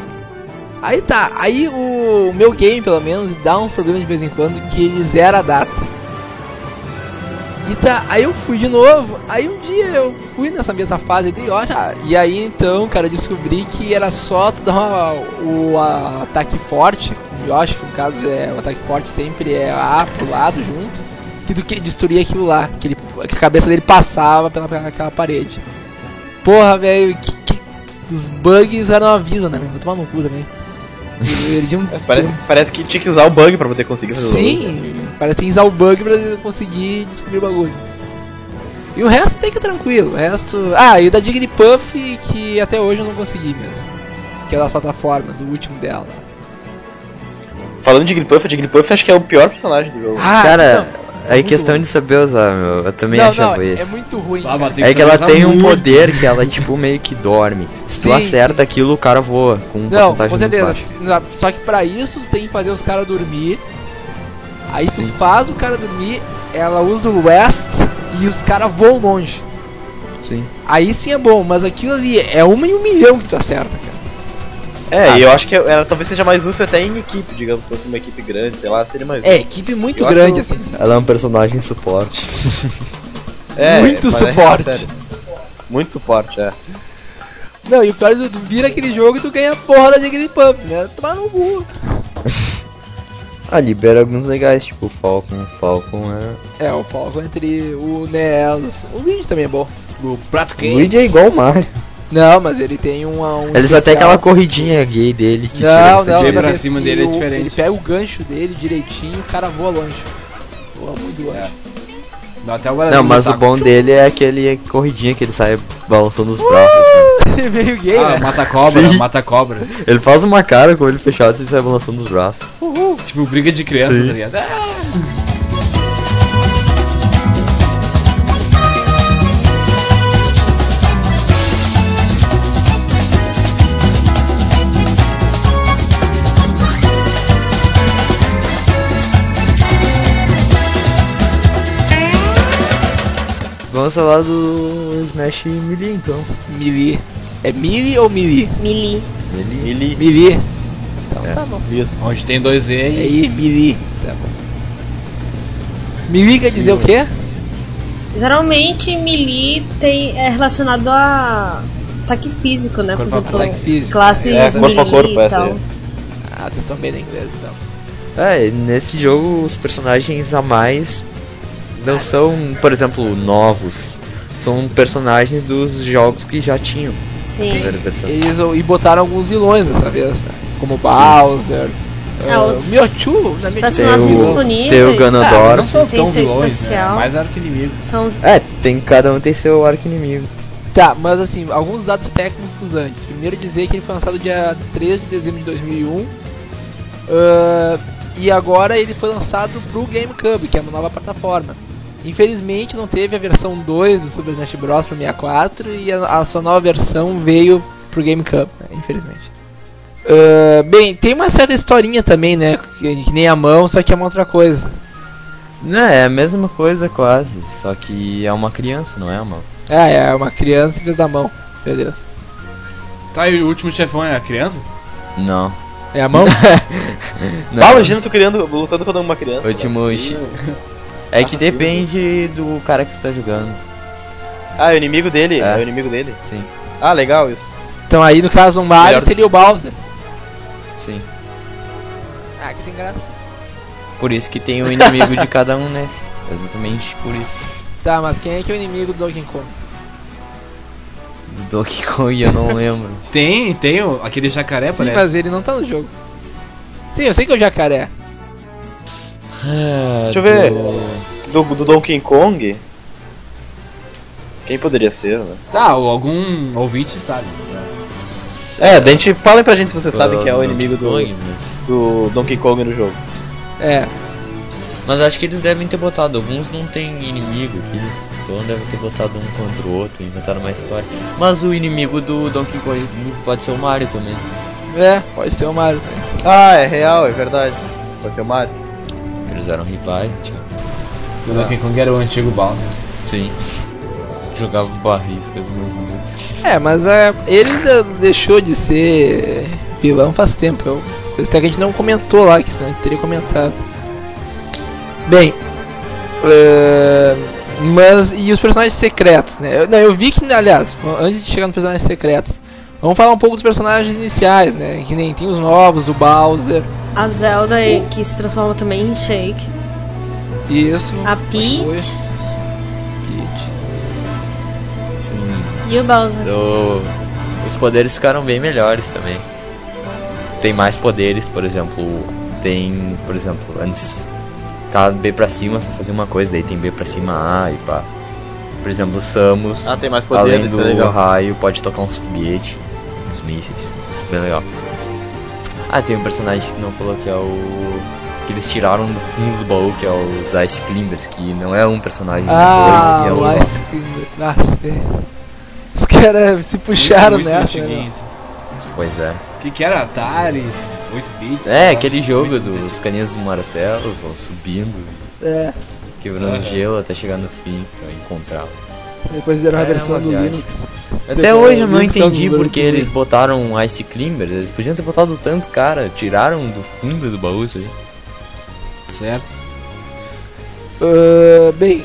Speaker 2: Aí tá. Aí o, o meu game, pelo menos, dá uns problemas de vez em quando que ele zera a data. E tá, aí eu fui de novo, aí um dia eu fui nessa mesma fase de Yoshi, ah, e aí então, cara, eu descobri que era só tu dar uma- o a- ataque forte, o Yoshi, que no caso é o ataque forte sempre é A pro lado junto, que do que destruir aquilo lá, que, ele, que a cabeça dele passava pela, pela aquela parede. Porra, velho, que, que- os bugs eram aviso, né, meu? Vou tomar no cu também. Eu Perdi um
Speaker 1: É, Parece, parece que tinha que usar o bug pra poder conseguir resolver.
Speaker 2: Sim, parece que usar o bug pra conseguir descobrir o bagulho. E o resto tem que tranquilo, o resto. Ah, e da Jigglypuff que até hoje eu não consegui mesmo. Que é das plataformas, o último dela.
Speaker 1: Falando de Jigglypuff, o Jigglypuff acho que é o pior personagem do jogo.
Speaker 2: Ah,
Speaker 5: Cara,
Speaker 2: não,
Speaker 5: aí é
Speaker 2: muito
Speaker 5: questão
Speaker 2: ruim.
Speaker 5: de saber usar, meu. Eu também
Speaker 2: não,
Speaker 5: achava
Speaker 2: não, é
Speaker 5: isso.
Speaker 2: muito ruim.
Speaker 3: Ah, mas tem
Speaker 5: É que ela
Speaker 3: usar
Speaker 5: tem um
Speaker 3: muito.
Speaker 5: poder que ela, tipo, meio que dorme. Se tu
Speaker 2: Sim,
Speaker 5: acerta aquilo, o cara voa com um
Speaker 2: Não,
Speaker 5: porcentagem
Speaker 2: com
Speaker 5: muito
Speaker 2: certeza.
Speaker 5: baixa.
Speaker 2: se- Só que pra isso tu tem que fazer os caras dormir. Aí tu faz o cara dormir, ela usa o West e os caras voam longe.
Speaker 5: Sim.
Speaker 2: Aí sim é bom, mas aquilo ali é uma em um milhão que tu acerta, cara.
Speaker 1: É,
Speaker 5: Ah,
Speaker 1: e eu acho que ela talvez seja mais útil até em equipe, digamos, se fosse uma equipe grande, sei lá, seria mais
Speaker 2: É, equipe muito
Speaker 1: Eu
Speaker 2: grande,
Speaker 1: acho-
Speaker 2: assim.
Speaker 5: Ela é um personagem suporte.
Speaker 1: útil.
Speaker 2: muito
Speaker 1: mas é
Speaker 2: suporte.
Speaker 1: sério. Muito suporte, é.
Speaker 2: Não, e o pior é que tu vira aquele jogo e tu ganha a porra da Jigglypuff, né? Tomar no cu.
Speaker 5: ah, libera alguns legais, tipo, Falcon. Falcon é.
Speaker 2: É, o palco entre o Nelos. O Luigi também é bom.
Speaker 3: O prato quente.
Speaker 5: Luigi é igual o Mario.
Speaker 2: Não, mas ele tem um. um
Speaker 5: Eles até
Speaker 2: especial.
Speaker 5: aquela corridinha gay dele que
Speaker 2: Não,
Speaker 5: tira
Speaker 2: não,
Speaker 3: de
Speaker 2: não.
Speaker 3: pra cima dele é diferente.
Speaker 2: Ele pega o gancho dele direitinho e o cara voa longe. Voa muito longe.
Speaker 3: Dá até o barulho
Speaker 5: Não, mas
Speaker 3: do
Speaker 5: o
Speaker 3: taco.
Speaker 5: bom dele é aquele corridinha que ele sai balançando os braços. né?
Speaker 2: É. Meio gay,
Speaker 3: Ah,
Speaker 2: né?
Speaker 3: mata a cobra,
Speaker 5: Sim.
Speaker 3: mata a cobra.
Speaker 5: Ele faz uma cara com ele fechado e sai balançando os braços.
Speaker 3: Tipo, briga de criança,
Speaker 5: Sim.
Speaker 3: tá ligado? Ah,
Speaker 5: Vamos falar do Smash Melee então.
Speaker 2: Melee. É melee ou melee?
Speaker 4: Melee.
Speaker 5: Melee.
Speaker 1: Ele.
Speaker 2: Melee. Então
Speaker 5: É.
Speaker 2: tá bom.
Speaker 1: Isso.
Speaker 3: Onde tem dois E
Speaker 2: E
Speaker 3: e
Speaker 2: aí, melee. É Tá bom. Melee quer dizer o quê?
Speaker 4: Geralmente melee tem, é relacionado a ataque físico, né?
Speaker 3: Corpo a
Speaker 4: Por
Speaker 2: Ataque
Speaker 4: exemplo,
Speaker 2: físico.
Speaker 4: classes
Speaker 1: É, corpo a
Speaker 4: melee
Speaker 1: corpo,
Speaker 4: e
Speaker 1: essa
Speaker 4: tal.
Speaker 1: aí.
Speaker 2: Ah, vocês estão bem no inglês então.
Speaker 5: É, nesse jogo os personagens a mais não são, por exemplo, novos. São personagens dos jogos que já tinham.
Speaker 4: Sim.
Speaker 5: Primeira versão.
Speaker 2: Eles, e botaram alguns vilões dessa vez, né? Como Bowser,
Speaker 4: É, outros-
Speaker 2: Uh, Mewtwo, na
Speaker 4: Os
Speaker 2: minha
Speaker 5: Tem o-
Speaker 4: personagens disponíveis.
Speaker 5: tem o Ganondorf.
Speaker 3: não são
Speaker 4: Sem
Speaker 3: tão
Speaker 4: ser
Speaker 3: vilões, né?
Speaker 4: especial.
Speaker 3: mais arco-inimigo.
Speaker 4: São os...
Speaker 5: É, tem, cada um tem seu arco inimigo.
Speaker 2: Tá, mas assim, alguns dados técnicos antes. Primeiro dizer que ele foi lançado dia 13 de dezembro de 2001. Ah, e agora ele foi lançado pro GameCube, que é uma nova plataforma. Infelizmente não teve a versão 2 do Super Smash Bros. pro 64 e a, a sua nova versão veio pro GameCube, né? infelizmente. Ah, bem, tem uma certa historinha também, né? Que, que nem a mão, só que é uma outra coisa.
Speaker 5: Não, é a mesma coisa quase, só que é uma criança, não é, mano?
Speaker 2: Ah, é uma criança em vez da mão. Meu Deus.
Speaker 3: Tá, e o último chefão é a criança?
Speaker 5: Não.
Speaker 2: É a mão?
Speaker 5: não.
Speaker 1: Ah, imagina tu criando, lutando contra uma criança.
Speaker 5: O último
Speaker 1: né?
Speaker 5: chi- É que depende do cara que você tá jogando,
Speaker 1: Ah, é o inimigo dele?
Speaker 5: É.
Speaker 1: É. o inimigo dele?
Speaker 5: sim,
Speaker 1: Ah, legal isso.
Speaker 2: então aí no caso um Mario
Speaker 1: Melhor-
Speaker 2: seria o Bowser.
Speaker 5: sim.
Speaker 2: Ah, que sem graça.
Speaker 5: Por isso que tem o inimigo de cada um, né? Exatamente por isso.
Speaker 2: Tá, mas quem é que é o inimigo do Donkey Kong?
Speaker 5: Do Donkey Kong eu não lembro.
Speaker 3: Tem, tem o- aquele jacaré,
Speaker 2: Sim,
Speaker 3: parece.
Speaker 2: mas ele não tá no jogo. Sim, eu sei que é o jacaré.
Speaker 5: Ah,
Speaker 1: Deixa eu ver.
Speaker 5: do-
Speaker 1: Do, do Donkey Kong? Quem poderia ser, né?
Speaker 3: Tá, ou algum ouvinte sabe.
Speaker 1: É, daí a gente, falem pra gente se vocês sabem
Speaker 5: do
Speaker 1: quem é o
Speaker 5: Donkey
Speaker 1: inimigo do,
Speaker 5: Kong, mas...
Speaker 1: do Donkey Kong no jogo.
Speaker 2: É,
Speaker 5: mas acho que eles devem ter botado, alguns não tem inimigo aqui. Então devem ter botado um contra o outro, inventaram uma história. Mas o inimigo do Donkey Kong pode ser o Mario também.
Speaker 2: é, pode ser o Mario. né?
Speaker 1: Ah, é real, é verdade. Pode ser o Mario.
Speaker 5: Eles eram rivais, tipo.
Speaker 3: O Donkey Kong era o antigo né? Bowser.
Speaker 5: Sim. Jogava barris com as mãos no meio.
Speaker 2: É, mas é, ele ainda deixou de ser vilão faz tempo. Eu, eu- até que a gente não comentou lá, que senão a gente teria comentado. Bem, é, mas e os personagens secretos, né? Eu, não, eu vi que, aliás, antes de chegar nos personagens secretos, vamos falar um pouco dos personagens iniciais, né? Que nem tem os novos, o Bowser,
Speaker 4: A Zelda, e- que se transforma também em Shake.
Speaker 2: e isso.
Speaker 4: A
Speaker 2: continue.
Speaker 4: Peach
Speaker 2: Peach.
Speaker 5: Sim.
Speaker 4: e o Bowser.
Speaker 5: O- Os poderes ficaram bem melhores também. Tem mais poderes, por exemplo. Tem, por exemplo, antes tá B pra cima, só fazia uma coisa, daí tem B pra cima A e pá. Por exemplo, o Samus,
Speaker 1: Ah, tem mais poder,
Speaker 5: além
Speaker 1: isso
Speaker 5: do
Speaker 1: é legal.
Speaker 5: raio, pode tocar uns foguetes, uns mísseis. Bem legal. Ah, tem um personagem que não falou que é o. que eles tiraram do fundo do baú, que é os Ice Climbers, que não é um personagem,
Speaker 2: Ah,
Speaker 5: dois, e é um
Speaker 2: o
Speaker 5: só.
Speaker 2: Ice Cream. Nossa, é. os caras se puxaram
Speaker 3: Muito, muito
Speaker 2: nessa. né,
Speaker 3: antiguinho, assim.
Speaker 5: Pois é.
Speaker 3: Que que era Atari, 8 bits. sei
Speaker 5: É,
Speaker 3: lá.
Speaker 5: aquele jogo
Speaker 3: Muito antigo.
Speaker 5: dos caninhas do martelo vão subindo,
Speaker 2: meu? É,
Speaker 5: quebrando
Speaker 3: Aham.
Speaker 5: gelo até chegar no fim pra encontrá-lo.
Speaker 2: depois fizeram a
Speaker 5: É,
Speaker 2: versão
Speaker 5: uma
Speaker 2: do
Speaker 5: viagem.
Speaker 2: Linux.
Speaker 5: Até hoje eu não
Speaker 2: Linux tá no
Speaker 5: entendi
Speaker 2: número
Speaker 5: porque
Speaker 2: primeiro.
Speaker 5: eles botaram um Ice Climber, eles podiam ter botado tanto cara, tiraram do fundo do baú isso aí.
Speaker 3: Certo.
Speaker 2: Ah, bem,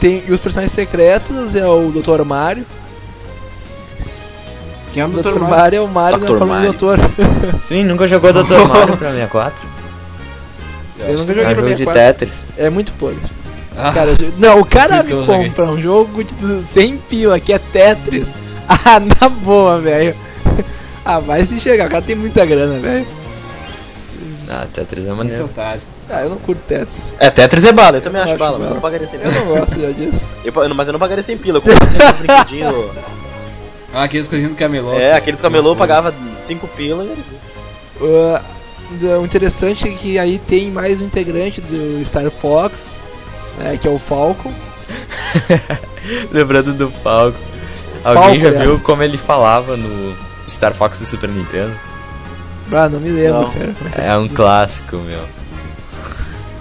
Speaker 2: tem, e os personagens secretos é o Dr. Mario.
Speaker 3: Quem é o
Speaker 2: O
Speaker 3: Dr.
Speaker 2: Dr.
Speaker 3: Mario?
Speaker 2: Mario é o Mario
Speaker 1: Dr.
Speaker 2: na forma do
Speaker 1: Mario.
Speaker 2: Doutor.
Speaker 5: Sim, nunca jogou Dr. Mario pra 64?
Speaker 2: Eu nunca
Speaker 5: É
Speaker 2: joguei
Speaker 5: um
Speaker 2: pra
Speaker 5: jogo de
Speaker 2: 64.
Speaker 5: Tetris.
Speaker 2: É muito podre.
Speaker 3: Ah.
Speaker 2: Cara, eu- não, o cara
Speaker 3: Por isso que eu
Speaker 2: me
Speaker 3: não joguei.
Speaker 2: compra um jogo de du- 100 pila que é Tetris. Ah, na boa, velho. Ah, vai se chegar, o cara tem muita grana, velho.
Speaker 5: Ah, Tetris é
Speaker 3: Muito
Speaker 5: maneiro.
Speaker 3: otário.
Speaker 2: Ah, eu não curto Tetris.
Speaker 1: É, Tetris é bala, eu também
Speaker 2: Eu
Speaker 1: acho
Speaker 2: acho
Speaker 1: bala, mas
Speaker 2: bala.
Speaker 1: eu não pagaria sem
Speaker 2: Eu
Speaker 1: pila.
Speaker 2: não gosto já disso.
Speaker 1: Eu pa- mas eu não pagaria sem pila, eu comprei aqueles brinquedinho.
Speaker 3: Ah, aqueles coisinhas do camelô.
Speaker 1: É, aqueles camelô eu
Speaker 3: Aquelas coisas.
Speaker 1: pagava 5 pila e.
Speaker 2: Ah, o interessante é que aí tem mais um integrante do Star Fox, né, que é o Falcon.
Speaker 5: Lembrando do palco.
Speaker 2: Falco,
Speaker 5: Alguém já
Speaker 2: Então. aliás.
Speaker 5: viu como ele falava no Star Fox do Super Nintendo?
Speaker 2: Ah, não me lembro,
Speaker 1: Não.
Speaker 2: cara.
Speaker 5: É um clássico, meu.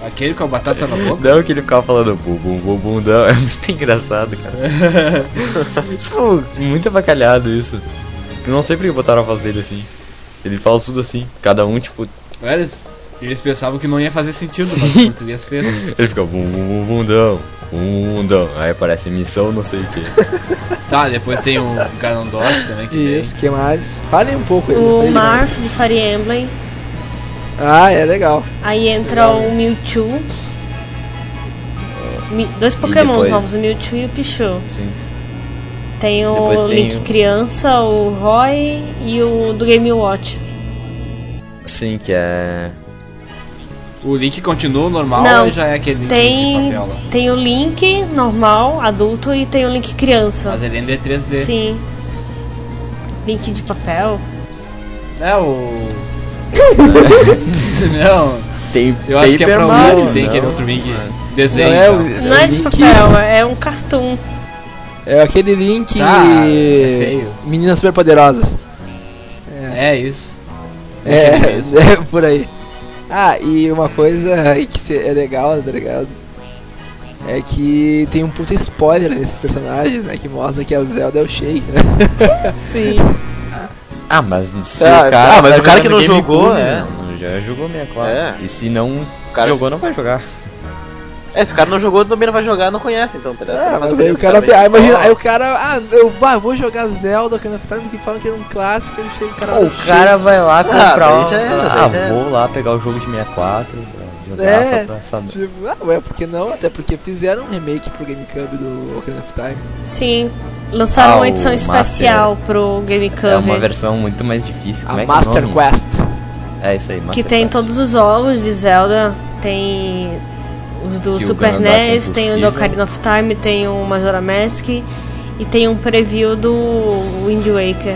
Speaker 3: Aquele com a batata na boca.
Speaker 5: Não que ele ficava é falando bubum, bubum, não. É muito engraçado, cara. tipo, muito avacalhado isso. Eu não sei porque botaram a voz dele assim. Ele fala tudo assim. Cada um, tipo,
Speaker 3: Eles, eles pensavam que não ia fazer sentido, mas
Speaker 5: Sim.
Speaker 3: o português fez.
Speaker 5: ele fica bum, bum, bum, bundão. Bum, bum, bundão. Aí aparece missão, não sei o que.
Speaker 3: Tá, depois tem o Ganondorf também, que
Speaker 2: Isso, que mais? Falem um pouco aí.
Speaker 4: O
Speaker 2: falei demais.
Speaker 4: Marth de Fire Emblem.
Speaker 2: Ah, é legal.
Speaker 4: Aí entra o Mewtwo. Eh, Mi- Dois pokémons
Speaker 5: depois?
Speaker 4: novos, o Mewtwo e o Pichu.
Speaker 5: Sim.
Speaker 4: Tem o
Speaker 5: Depois tem
Speaker 4: Link
Speaker 5: o-
Speaker 4: Criança, o Roy e o do Game Watch.
Speaker 5: Sim, que é.
Speaker 3: O link continua normal
Speaker 4: Não,
Speaker 3: ou já é aquele link
Speaker 4: Tem,
Speaker 3: de papel lá?
Speaker 4: tem o link normal, adulto, e tem o link criança.
Speaker 3: Mas ele ainda é 3D.
Speaker 4: Sim. Link de papel.
Speaker 3: É o. não,
Speaker 5: Tem
Speaker 3: eu acho que é pra o
Speaker 5: Paper
Speaker 3: link,
Speaker 5: Mario,
Speaker 3: tem aquele
Speaker 5: não,
Speaker 3: outro link
Speaker 5: mas-
Speaker 3: desenho. então.
Speaker 2: Não é, o- é
Speaker 4: Não
Speaker 2: o
Speaker 4: é de
Speaker 2: link-
Speaker 4: papel, é um cartoon.
Speaker 2: É aquele link
Speaker 3: Tá, é feio.
Speaker 2: Meninas Superpoderosas.
Speaker 3: É isso.
Speaker 2: É,
Speaker 3: mesmo.
Speaker 2: é por aí. Ah, e uma coisa que se- é legal, tá ligado? É que tem um puta spoiler nesses personagens, né? Que mostra que a Zelda é o Shake, né?
Speaker 4: Sim.
Speaker 5: Ah, mas se
Speaker 1: Ah,
Speaker 5: o cara.
Speaker 1: ah, mas
Speaker 5: tá
Speaker 1: o cara que
Speaker 5: jogando
Speaker 1: não jogou,
Speaker 5: GameCube,
Speaker 1: é.
Speaker 5: não, Já jogou 64.
Speaker 1: É.
Speaker 5: E se não
Speaker 1: cara-
Speaker 5: jogou, não vai jogar.
Speaker 1: É, se o cara não jogou, também não vai jogar, não conhece, então, tá
Speaker 5: É,
Speaker 1: ligado?
Speaker 2: Ah,
Speaker 1: Mas
Speaker 2: mas aí o
Speaker 1: esse
Speaker 2: cara.
Speaker 1: vem
Speaker 2: Ah,
Speaker 1: só-
Speaker 2: imagina, aí o cara. Ah, eu ah, vou jogar Zelda, que não tá que falam que era um clássico, ele chega o cara. "Ah,
Speaker 5: o cara vai lá comprar.
Speaker 1: daí
Speaker 5: Ah,
Speaker 1: já era,
Speaker 5: ah
Speaker 1: daí já
Speaker 5: vou lá pegar o jogo de 64 pra jogar
Speaker 2: É.
Speaker 5: só pra saber.
Speaker 2: Tipo, ah, ué, por que não? Até porque fizeram um remake pro GameCube do Ocarina of Time.
Speaker 4: Sim. Lançaram
Speaker 5: Ah,
Speaker 4: uma
Speaker 5: o
Speaker 4: edição
Speaker 5: Master.
Speaker 4: especial pro
Speaker 5: É uma
Speaker 4: GameCube.
Speaker 5: versão muito mais difícil. Como
Speaker 2: a
Speaker 5: é que é
Speaker 2: Master
Speaker 5: o nome?
Speaker 2: Quest.
Speaker 5: É isso aí, Master
Speaker 4: que tem
Speaker 5: Quest.
Speaker 4: todos os jogos de Zelda. Tem os do
Speaker 5: Que o
Speaker 4: Super
Speaker 5: Ganondorf é
Speaker 4: NES, tem o do
Speaker 5: impossível.
Speaker 4: Ocarina of Time, tem o Majora Mask. E tem um preview do Wind Waker.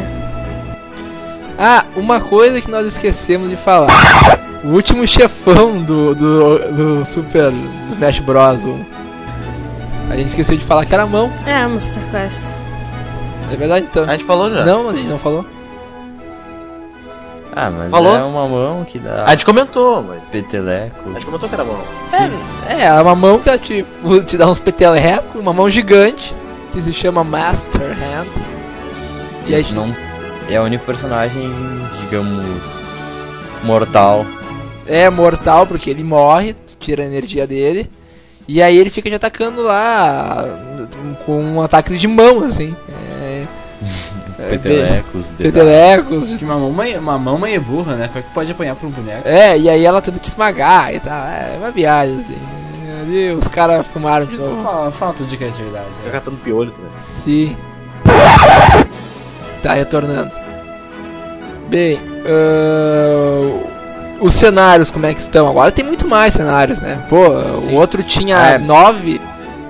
Speaker 2: Ah, uma coisa que nós esquecemos de falar. O último chefão do, do, do Super do Smash Bros. 1. A gente esqueceu de falar que era a mão.
Speaker 4: É, Monster Quest.
Speaker 2: É verdade então.
Speaker 1: A gente falou já.
Speaker 2: Não, a gente não falou.
Speaker 5: Ah, mas
Speaker 1: Falou?
Speaker 5: é uma mão que dá.
Speaker 1: A gente comentou, mas.
Speaker 5: Peteleco.
Speaker 1: A gente comentou que era bom.
Speaker 2: É, é uma mão que ela te, te dá uns petelecos, uma mão gigante, que se chama Master Hand. E
Speaker 5: E
Speaker 2: aí
Speaker 5: a gente não. É o único personagem, digamos. mortal.
Speaker 2: é mortal porque ele morre, tu tira a energia dele. E aí ele fica te atacando lá com um ataque de mão, assim. É,
Speaker 5: Petelecos, dedaços.
Speaker 2: petelecos,
Speaker 3: Que uma mão, meio- uma mão meio burra, né? Qual que pode apanhar pra um boneco?
Speaker 2: É, e aí ela tenta te esmagar e tal. É uma viagem, assim. Ali os caras fumaram de novo.
Speaker 3: Então, Fa- Falta de criatividade.
Speaker 1: Fica
Speaker 3: Né?
Speaker 1: catando piolho também.
Speaker 2: Sim. Tá retornando. Bem, ahn, os cenários, como é que estão? Agora tem muito mais cenários, né? Pô,
Speaker 5: Sim.
Speaker 2: o outro
Speaker 5: Ah,
Speaker 2: tinha
Speaker 5: é.
Speaker 2: nove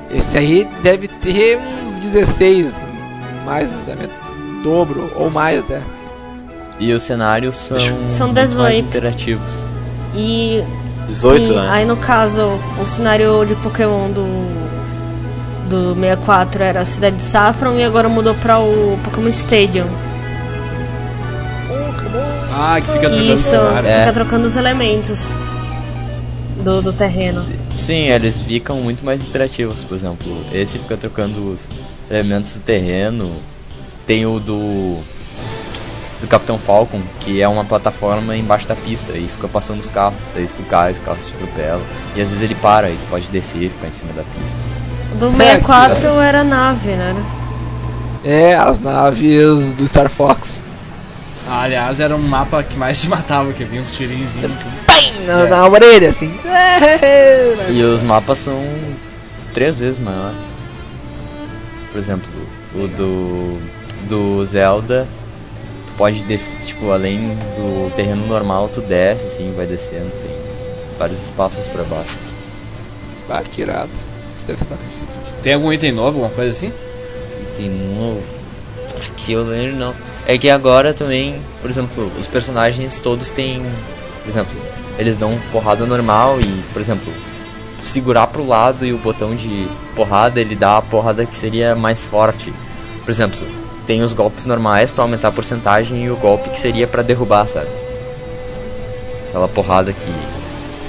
Speaker 2: esse aí deve ter uns 16, mais da met- dobro, ou mais até.
Speaker 5: E os cenários são.
Speaker 4: São
Speaker 5: muito mais
Speaker 4: 18.
Speaker 5: interativos.
Speaker 4: E
Speaker 1: 18,
Speaker 4: sim,
Speaker 1: né?
Speaker 4: aí no caso, o cenário de Pokémon do do 64 era a cidade de Saffron e agora mudou pra o Pokémon Stadium.
Speaker 3: Ah, que fica trocando
Speaker 4: Isso,
Speaker 3: cenário.
Speaker 5: É.
Speaker 4: fica trocando os elementos do, do terreno.
Speaker 5: Sim, eles ficam muito mais interativos, por exemplo. Esse fica trocando os elementos do terreno. Tem o do. do Capitão Falcon, que é uma plataforma embaixo da pista e fica passando os carros. Aí se tu cai, os carros te atropelam. E às vezes ele para e tu pode descer e ficar em cima da pista.
Speaker 4: Do 64 era nave, né?
Speaker 2: É, as naves do Star Fox.
Speaker 3: Ah, aliás, era um mapa que mais te matava, que vinha uns tirinhos. assim.
Speaker 2: Na, na orelha, assim.
Speaker 5: E os mapas são três vezes maior. Por exemplo, o do do Zelda, tu pode descer, tipo, além do terreno normal, tu desce assim, vai descendo, tem vários espaços pra baixo.
Speaker 2: Ah, que irado. Isso deve ser bacana.
Speaker 3: Tem algum item novo, alguma coisa assim?
Speaker 5: E tem um novo. Aqui eu lembro não. É que agora também, por exemplo, os personagens todos têm, por exemplo, eles dão porrada normal e, por exemplo, segurar pro lado e o botão de porrada, ele dá a porrada que seria mais forte. Por exemplo, tem os golpes normais pra aumentar a porcentagem e o golpe que seria pra derrubar, sabe? Aquela porrada que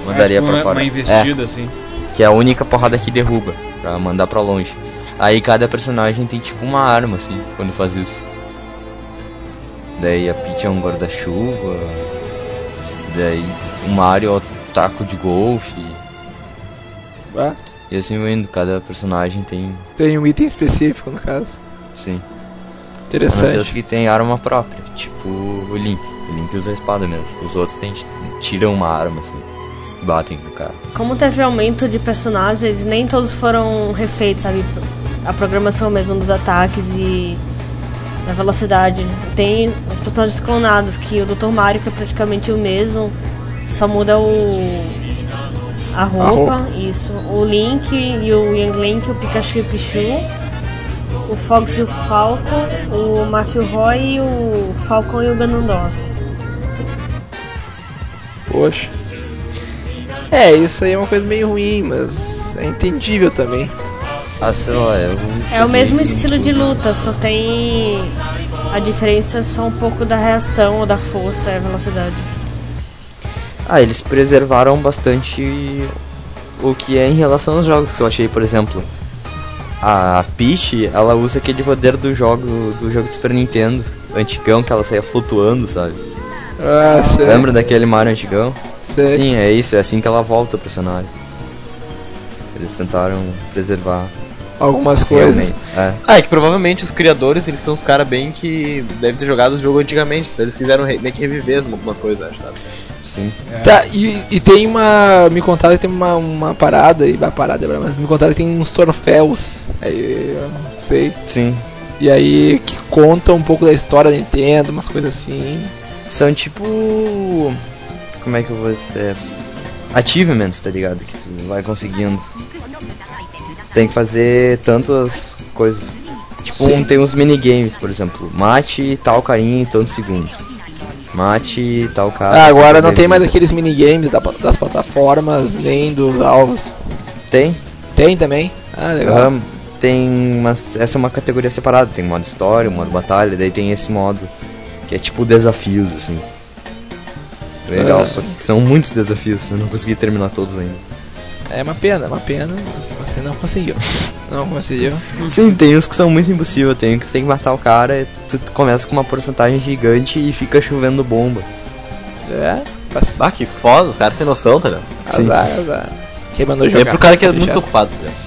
Speaker 5: mandaria
Speaker 3: Acho que
Speaker 5: pra
Speaker 3: uma,
Speaker 5: fora.
Speaker 3: uma
Speaker 5: É
Speaker 3: investida, assim.
Speaker 5: que é a única porrada que derruba, pra mandar pra longe. Aí cada personagem tem tipo uma arma, assim, quando faz isso. Daí a Peach é um guarda-chuva, daí o Mario é o taco de golfe,
Speaker 2: Ah,
Speaker 5: e assim vai indo, cada personagem tem,
Speaker 2: Tem um item específico, no caso.
Speaker 5: sim. A não ser os
Speaker 2: Interessante.
Speaker 5: que tem arma própria, tipo o Link. O Link usa a espada mesmo, os outros tem, tiram uma arma, assim, batem no cara.
Speaker 4: Como teve aumento de personagens, nem todos foram refeitos, sabe? A programação mesmo dos ataques e a velocidade. Tem os personagens clonados, que o Dr. Mario, que é praticamente o mesmo, só muda o, A roupa, isso. O Link e o Young Link, o Pikachu e o Pichu. O Fox e o Falco, o Matthew Roy e o Falcon e o Ganondorf.
Speaker 2: Poxa. É, isso aí é uma coisa meio ruim, mas é entendível também.
Speaker 5: Ah, sei lá, eu
Speaker 4: É o mesmo
Speaker 5: cheguei-
Speaker 4: estilo de luta, só tem. A diferença é só um pouco da reação ou da força e a velocidade.
Speaker 5: Ah, eles preservaram bastante o que é em relação aos jogos que eu achei, por exemplo. A Peach, ela usa aquele poder do jogo do jogo de Super Nintendo, antigão, que ela saia flutuando, sabe?
Speaker 2: Ah, sei.
Speaker 5: Lembra daquele Mario antigão?
Speaker 2: Sei.
Speaker 5: Sim, é isso, é assim que ela volta pro cenário. Eles tentaram preservar
Speaker 2: Algumas coisas.
Speaker 5: realmente. É.
Speaker 1: Ah, é que provavelmente os criadores, eles são os caras bem que devem ter jogado o jogo antigamente, então eles quiseram re- meio que reviver as- algumas coisas, acho, sabe?
Speaker 5: Sim.
Speaker 2: Tá, e, e tem uma. Me contaram que tem uma, uma parada, e vai parada, mas me contaram que tem uns troféus. Aí eu não sei.
Speaker 5: Sim.
Speaker 2: E aí que conta um pouco da história da Nintendo, umas coisas assim.
Speaker 5: São tipo. Como é que eu vou dizer? Achievements, tá ligado? Que tu vai conseguindo. Tem que fazer tantas coisas. Tipo,
Speaker 2: Sim.
Speaker 5: um, tem uns minigames, por exemplo. Mate tal carinha em tantos segundos. Mate tal cara.
Speaker 2: Ah, agora não
Speaker 5: sobrevive.
Speaker 2: tem mais aqueles minigames da- das plataformas, nem dos alvos.
Speaker 5: Tem?
Speaker 2: Tem também? Ah, legal.
Speaker 5: Aham, tem umas. Essa é uma categoria separada. Tem modo história, modo batalha. Daí tem esse modo. Que é tipo desafios, assim. Legal,
Speaker 2: Ah.
Speaker 5: só que são muitos desafios. Eu não consegui terminar todos ainda.
Speaker 2: É uma pena, uma pena. Você não conseguiu. Não conseguiu.
Speaker 5: Sim, tem uns que são muito impossíveis, tem uns que tem que matar o cara, tu tu começa com uma porcentagem gigante e fica chovendo bomba.
Speaker 2: É, passa-
Speaker 1: Ah, que foda, os caras sem noção, tá ligado?
Speaker 5: Sim.
Speaker 2: azar, azar. Quem mandou
Speaker 1: É
Speaker 2: jogar?
Speaker 1: pro cara que é
Speaker 2: Tá
Speaker 1: muito
Speaker 2: fechado.
Speaker 1: desocupado, tá ligado?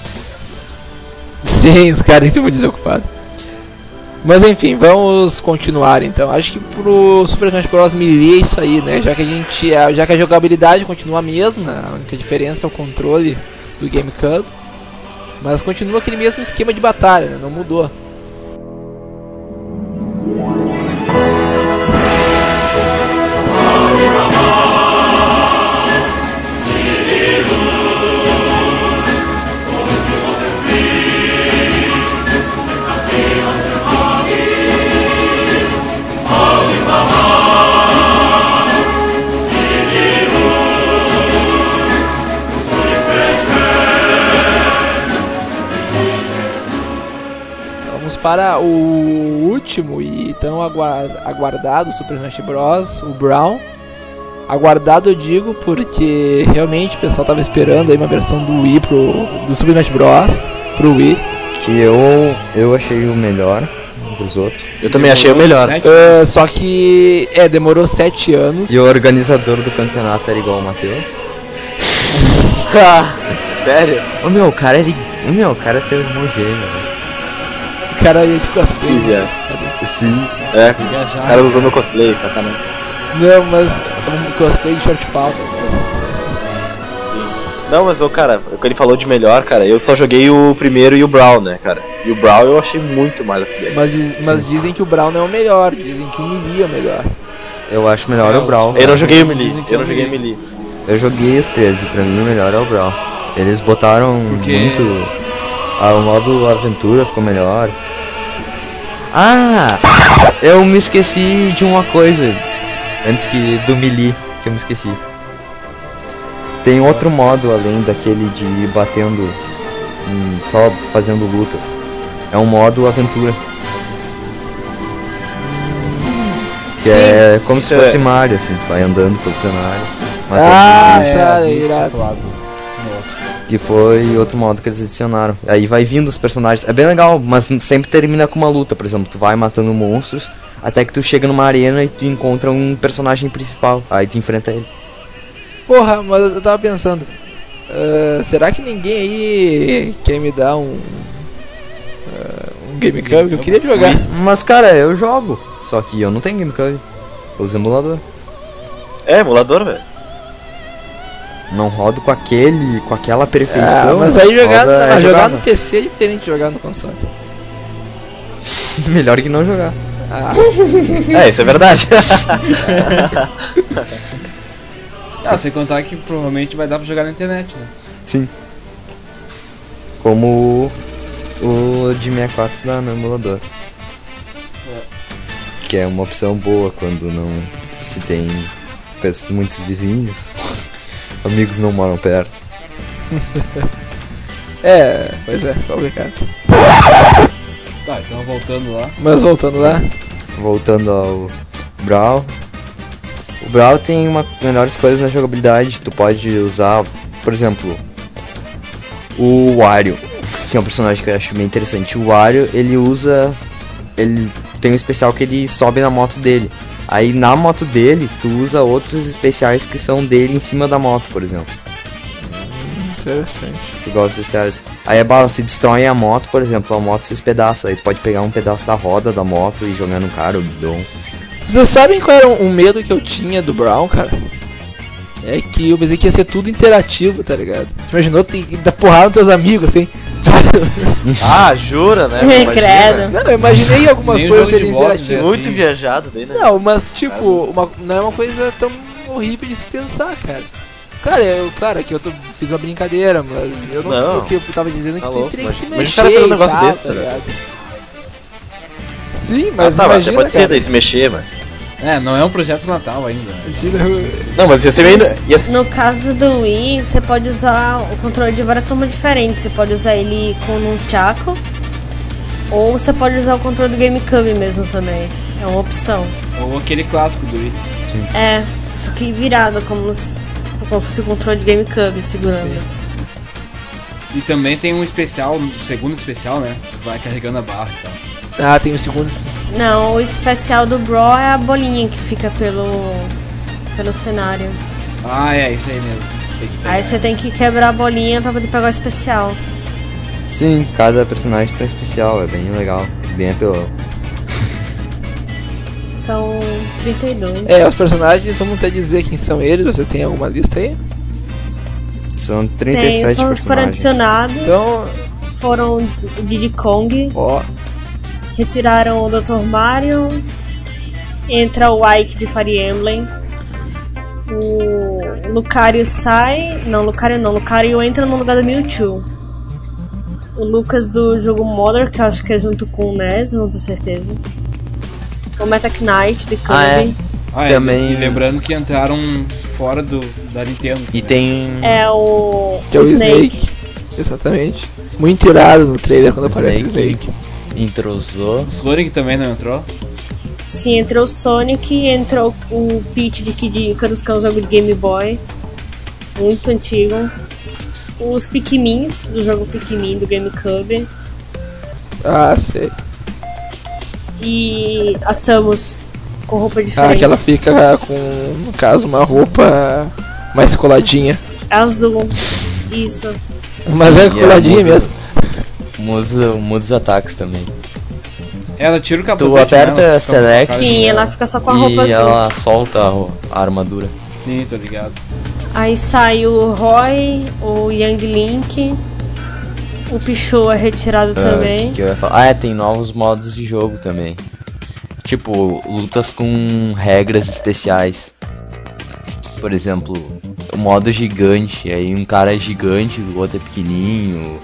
Speaker 2: Sim, os caras estão muito desocupados. Mas enfim, vamos continuar então. Acho que pro Super Smash Bros. Melee é isso aí, né? Já que a gente, a- já que a jogabilidade continua a mesma, a única diferença é o controle do GameCube. Mas continua aquele mesmo esquema de batalha, né? Não mudou. Vamos para o último e tão aguar- aguardado Super Smash Bros. O Brown. Aguardado eu digo porque realmente o pessoal tava esperando aí uma versão do Wii pro, do Super Smash Bros. pro Wii.
Speaker 5: Que eu eu achei o melhor dos outros.
Speaker 1: Eu também achei o melhor.
Speaker 3: Sete-
Speaker 2: Ah, só que é, demorou 7 anos.
Speaker 5: E o organizador do campeonato era igual o Matheus.
Speaker 1: Ah, Sério?
Speaker 5: Ô meu, o cara ele. Ô meu, o cara tem um irmão gêmeo. velho.
Speaker 2: O cara aí de cosplay.
Speaker 1: Sim, é.
Speaker 5: Sim.
Speaker 1: É,
Speaker 3: Tem que
Speaker 1: o
Speaker 3: achar.
Speaker 1: cara usou meu cosplay, sacanagem.
Speaker 2: Não, mas é um cosplay de short falta.
Speaker 1: Não, mas o cara, o que ele falou de melhor, cara, eu só joguei o primeiro e o Brown, né, cara? E o Brown eu achei muito mais a dele.
Speaker 2: Mas, diz- mas dizem que o Brown não é o melhor, dizem que o Melee é o melhor.
Speaker 5: Eu acho melhor
Speaker 3: É,
Speaker 5: o Brawl.
Speaker 3: os-
Speaker 1: Eu não joguei o
Speaker 3: Dizem
Speaker 1: Melee,
Speaker 3: que
Speaker 1: eu
Speaker 3: é
Speaker 1: não
Speaker 3: o
Speaker 1: joguei o Melee.
Speaker 5: Eu joguei os 13, pra mim o melhor é o Brawl. Eles botaram
Speaker 3: Porque-
Speaker 5: muito. Ah, o modo aventura ficou melhor. Ah! Eu me esqueci de uma coisa. Antes que do melee, que eu me esqueci. Tem outro modo além daquele de ir batendo. hum, só fazendo lutas. É um modo aventura. Que é como se
Speaker 1: isso
Speaker 5: fosse
Speaker 1: é.
Speaker 5: Mario, assim, tu vai andando pelo cenário. matando
Speaker 2: Ah,
Speaker 5: bicho.
Speaker 2: é.
Speaker 3: Sabia que tinha
Speaker 2: irado.
Speaker 3: falado.
Speaker 5: Que foi outro modo que eles adicionaram. Aí vai vindo os personagens. É bem legal, mas sempre termina com uma luta. Por exemplo, tu vai matando monstros até que tu chega numa arena e tu encontra um personagem principal. Aí tu enfrenta ele.
Speaker 2: Porra, mas eu tava pensando. ah, será que ninguém aí quer me dar um. ah, um GameCube? Eu queria jogar.
Speaker 5: Mas cara, eu jogo. Só que eu não tenho GameCube. Eu uso emulador.
Speaker 1: É, emulador, velho.
Speaker 5: Não rodo com aquele. com aquela
Speaker 2: Ah,
Speaker 5: perfeição.
Speaker 2: mas aí jogar,
Speaker 5: roda- é
Speaker 2: mas jogar
Speaker 5: jogada.
Speaker 2: no PC é diferente de jogar no console.
Speaker 5: Melhor que não jogar.
Speaker 2: Ah,
Speaker 1: É, isso é verdade.
Speaker 3: Ah, sem contar que provavelmente vai dar pra jogar na internet, né?
Speaker 5: Sim. Como o, o de 64 lá no emulador. Que é uma opção boa quando não se tem pes- muitos vizinhos. Amigos não moram perto.
Speaker 2: É, pois é, complicado.
Speaker 3: Tá, então voltando lá.
Speaker 2: Mas voltando lá,
Speaker 5: Voltando ao Brawl. O Brawl tem uma melhores coisas na jogabilidade. Tu pode usar, por exemplo, o Wario, que é um personagem que eu acho bem interessante. O Wario, ele usa. Ele tem um especial que ele sobe na moto dele. Aí na moto dele, tu usa outros especiais que são dele em cima da moto, por exemplo.
Speaker 2: interessante.
Speaker 5: Igual os especiais. Aí a bala se destrói a moto, por exemplo, a moto se espedaça. Aí tu pode pegar um pedaço da roda da moto e jogar no cara, o bidon.
Speaker 2: Vocês sabem qual era um um medo que eu tinha do Brown, cara? É que eu pensei que ia ser tudo interativo, tá ligado? Tu Imaginou tu tem que dar porrada nos teus amigos, assim.
Speaker 1: Ah, jura, né? Imagina.
Speaker 4: Credo.
Speaker 2: Não, eu imaginei algumas
Speaker 3: Nem o
Speaker 2: coisas
Speaker 3: jogo de
Speaker 2: serem
Speaker 3: bola,
Speaker 2: interativas.
Speaker 1: Muito
Speaker 3: Assim.
Speaker 1: viajado daí, né?
Speaker 2: Não, mas tipo, uma, não é uma coisa tão horrível de se pensar, cara. Cara, eu, claro que eu tô- fiz uma brincadeira, mas eu não,
Speaker 1: Não.
Speaker 2: o que eu tava dizendo é que
Speaker 1: Tá
Speaker 2: tu
Speaker 1: louco,
Speaker 2: teria que
Speaker 1: mas-
Speaker 2: se
Speaker 1: mas o
Speaker 2: mexer
Speaker 1: cara fez um
Speaker 2: e
Speaker 1: negócio
Speaker 2: tal,
Speaker 1: desse,
Speaker 2: tá
Speaker 1: né?
Speaker 2: ligado? Sim,
Speaker 1: Mas
Speaker 2: mas
Speaker 1: tá, mas até
Speaker 2: imagina,
Speaker 1: pode ser
Speaker 2: cara,
Speaker 1: daí se mexer, mas.
Speaker 3: É, não é um projeto natal ainda. né?
Speaker 2: imagina-
Speaker 1: Não, mas ia ser bem. Ia ser...
Speaker 4: No caso do Wii, você pode usar o controle de várias formas diferentes. Você pode usar ele com um chaco ou você pode usar o controle do GameCube mesmo também. É uma opção.
Speaker 3: Ou aquele clássico do Wii.
Speaker 4: É, só que virado como se, como se fosse o controle de GameCube segurando.
Speaker 3: E também tem um especial, um segundo especial, né? Vai carregando a barra e tal.
Speaker 2: Ah, tem um segundo.
Speaker 4: Não, o especial do Brawl é a bolinha que fica pelo pelo cenário.
Speaker 3: Ah, é, isso aí mesmo. Tem que pegar.
Speaker 4: Aí você tem que quebrar a bolinha pra poder pegar o especial.
Speaker 5: Sim, cada personagem tem um especial, é bem legal, bem apelão.
Speaker 4: São 32.
Speaker 2: É, os personagens, vamos até dizer quem são eles, vocês têm alguma lista aí?
Speaker 5: São
Speaker 2: É,
Speaker 4: Tem,
Speaker 5: 37
Speaker 4: os planos foram
Speaker 5: personagens.
Speaker 4: adicionados,
Speaker 2: Então,
Speaker 4: foram o Diddy Kong,
Speaker 2: ó,
Speaker 4: retiraram o Dr. Mario, entra o Ike de Fire Emblem, o Lucario sai, não, Lucario não, Lucario entra no lugar do Mewtwo. O Lucas do jogo Mother, que eu acho que é junto com o NES, não tenho certeza. O Metac Knight de Kirby.
Speaker 5: Ah, é?
Speaker 3: Ah,
Speaker 5: Também-
Speaker 3: E, e lembrando que entraram fora do, da Nintendo. também.
Speaker 5: E tem.
Speaker 4: É o,
Speaker 2: que é o Snake.
Speaker 4: Snake.
Speaker 2: Exatamente. Muito irado no trailer quando aparece o
Speaker 5: Snake.
Speaker 2: Snake.
Speaker 5: Introsou.
Speaker 3: O Sonic também não entrou.
Speaker 4: Sim, entrou o Sonic, entrou o Peach de Kid Icarus, que é um jogo de Game Boy, muito antigo. Os Pikmins, do jogo Pikmin do GameCube.
Speaker 2: Ah, sei.
Speaker 4: E a Samus, com roupa diferente.
Speaker 2: Ah, que ela fica com, no caso, uma roupa mais coladinha.
Speaker 4: Azul, isso.
Speaker 2: Mas é
Speaker 5: Sim,
Speaker 2: coladinha
Speaker 5: muitos-
Speaker 2: mesmo.
Speaker 5: Muda, muda os ataques também.
Speaker 3: É, Ela tira o capacete.
Speaker 5: aperta
Speaker 3: né? Ela fica com a
Speaker 5: select.
Speaker 3: cara de
Speaker 4: Sim,
Speaker 3: nela.
Speaker 4: ela fica só Tá com a roupa assim.
Speaker 5: e
Speaker 4: azul.
Speaker 5: ela solta a, ro- a armadura.
Speaker 3: Sim, tô ligado.
Speaker 4: Aí sai o Roy, o Young Link, o Pichu é retirado
Speaker 5: Ah,
Speaker 4: também.
Speaker 5: que eu ia falar. Ah, é, tem novos modos de jogo também. Tipo, lutas com regras especiais. Por exemplo, o modo gigante. Aí um cara é gigante, o outro é pequenininho.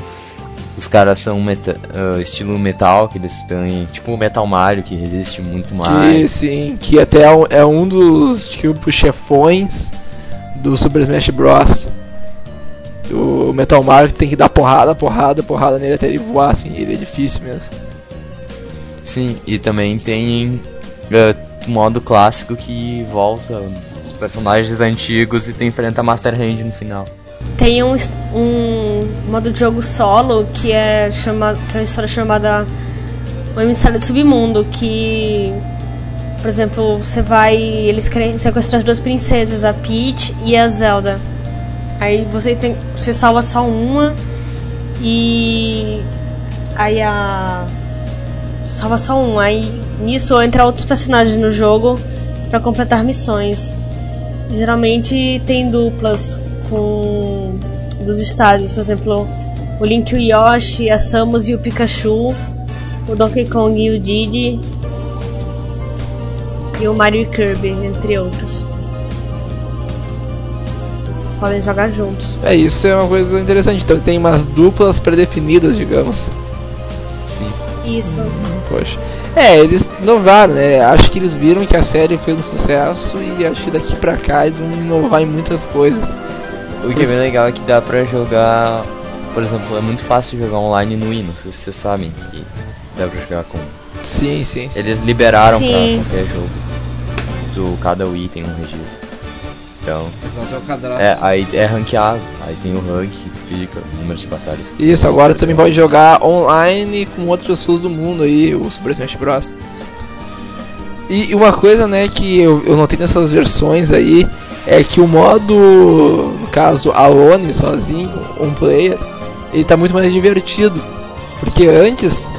Speaker 5: Os caras são meta ah, estilo metal, que eles têm. Tipo o Metal Mario, que resiste muito
Speaker 2: Que
Speaker 5: mais.
Speaker 2: sim, que até é um, é um dos tipo chefões do Super Smash Bros. Do Metal Mario que tem que dar porrada, porrada, porrada nele até ele voar, assim, ele é difícil mesmo.
Speaker 5: Sim, e também tem ah, modo clássico que volta os personagens antigos e tu enfrenta a Master Hand no final.
Speaker 4: Tem um, his- um modo de jogo solo que é chamado que é uma história chamada O Emissário do Submundo, que por exemplo, você vai, eles querem sequestrar as duas princesas, a Peach e a Zelda. Aí você tem, você salva só uma e aí a salva só uma. Aí nisso entra outros personagens no jogo pra completar missões. Geralmente tem duplas com dos estádios, por exemplo, o Link e o Yoshi, a Samus e o Pikachu, o Donkey Kong e o Diddy, e o Mario e Kirby, entre outros. podem jogar juntos.
Speaker 2: É, isso é uma coisa interessante. Então tem umas duplas pré-definidas, digamos.
Speaker 5: Sim.
Speaker 4: Isso.
Speaker 2: Poxa. É, eles inovaram, né? Acho que eles viram que a série fez um sucesso e acho que daqui pra cá eles vão inovar em muitas coisas.
Speaker 5: O que é bem legal é que dá pra jogar. Por exemplo, é muito fácil jogar online no Wii, não sei se vocês sabem que dá pra jogar com.
Speaker 2: Sim, sim. sim.
Speaker 5: Eles liberaram
Speaker 4: Sim.
Speaker 5: pra qualquer jogo. Do cada Wii tem um registro. Então.
Speaker 3: Exato, é o cadastro.
Speaker 5: É, aí é ranqueado, aí tem o rank, tu clica, número de batalhas.
Speaker 2: Isso, agora também pode jogar online com outras pessoas do mundo aí, o Super Smash Bros. E e uma coisa, né, que eu, eu notei nessas versões aí, é que o modo, no caso, alone, sozinho, um player, ele tá muito mais divertido. Porque antes,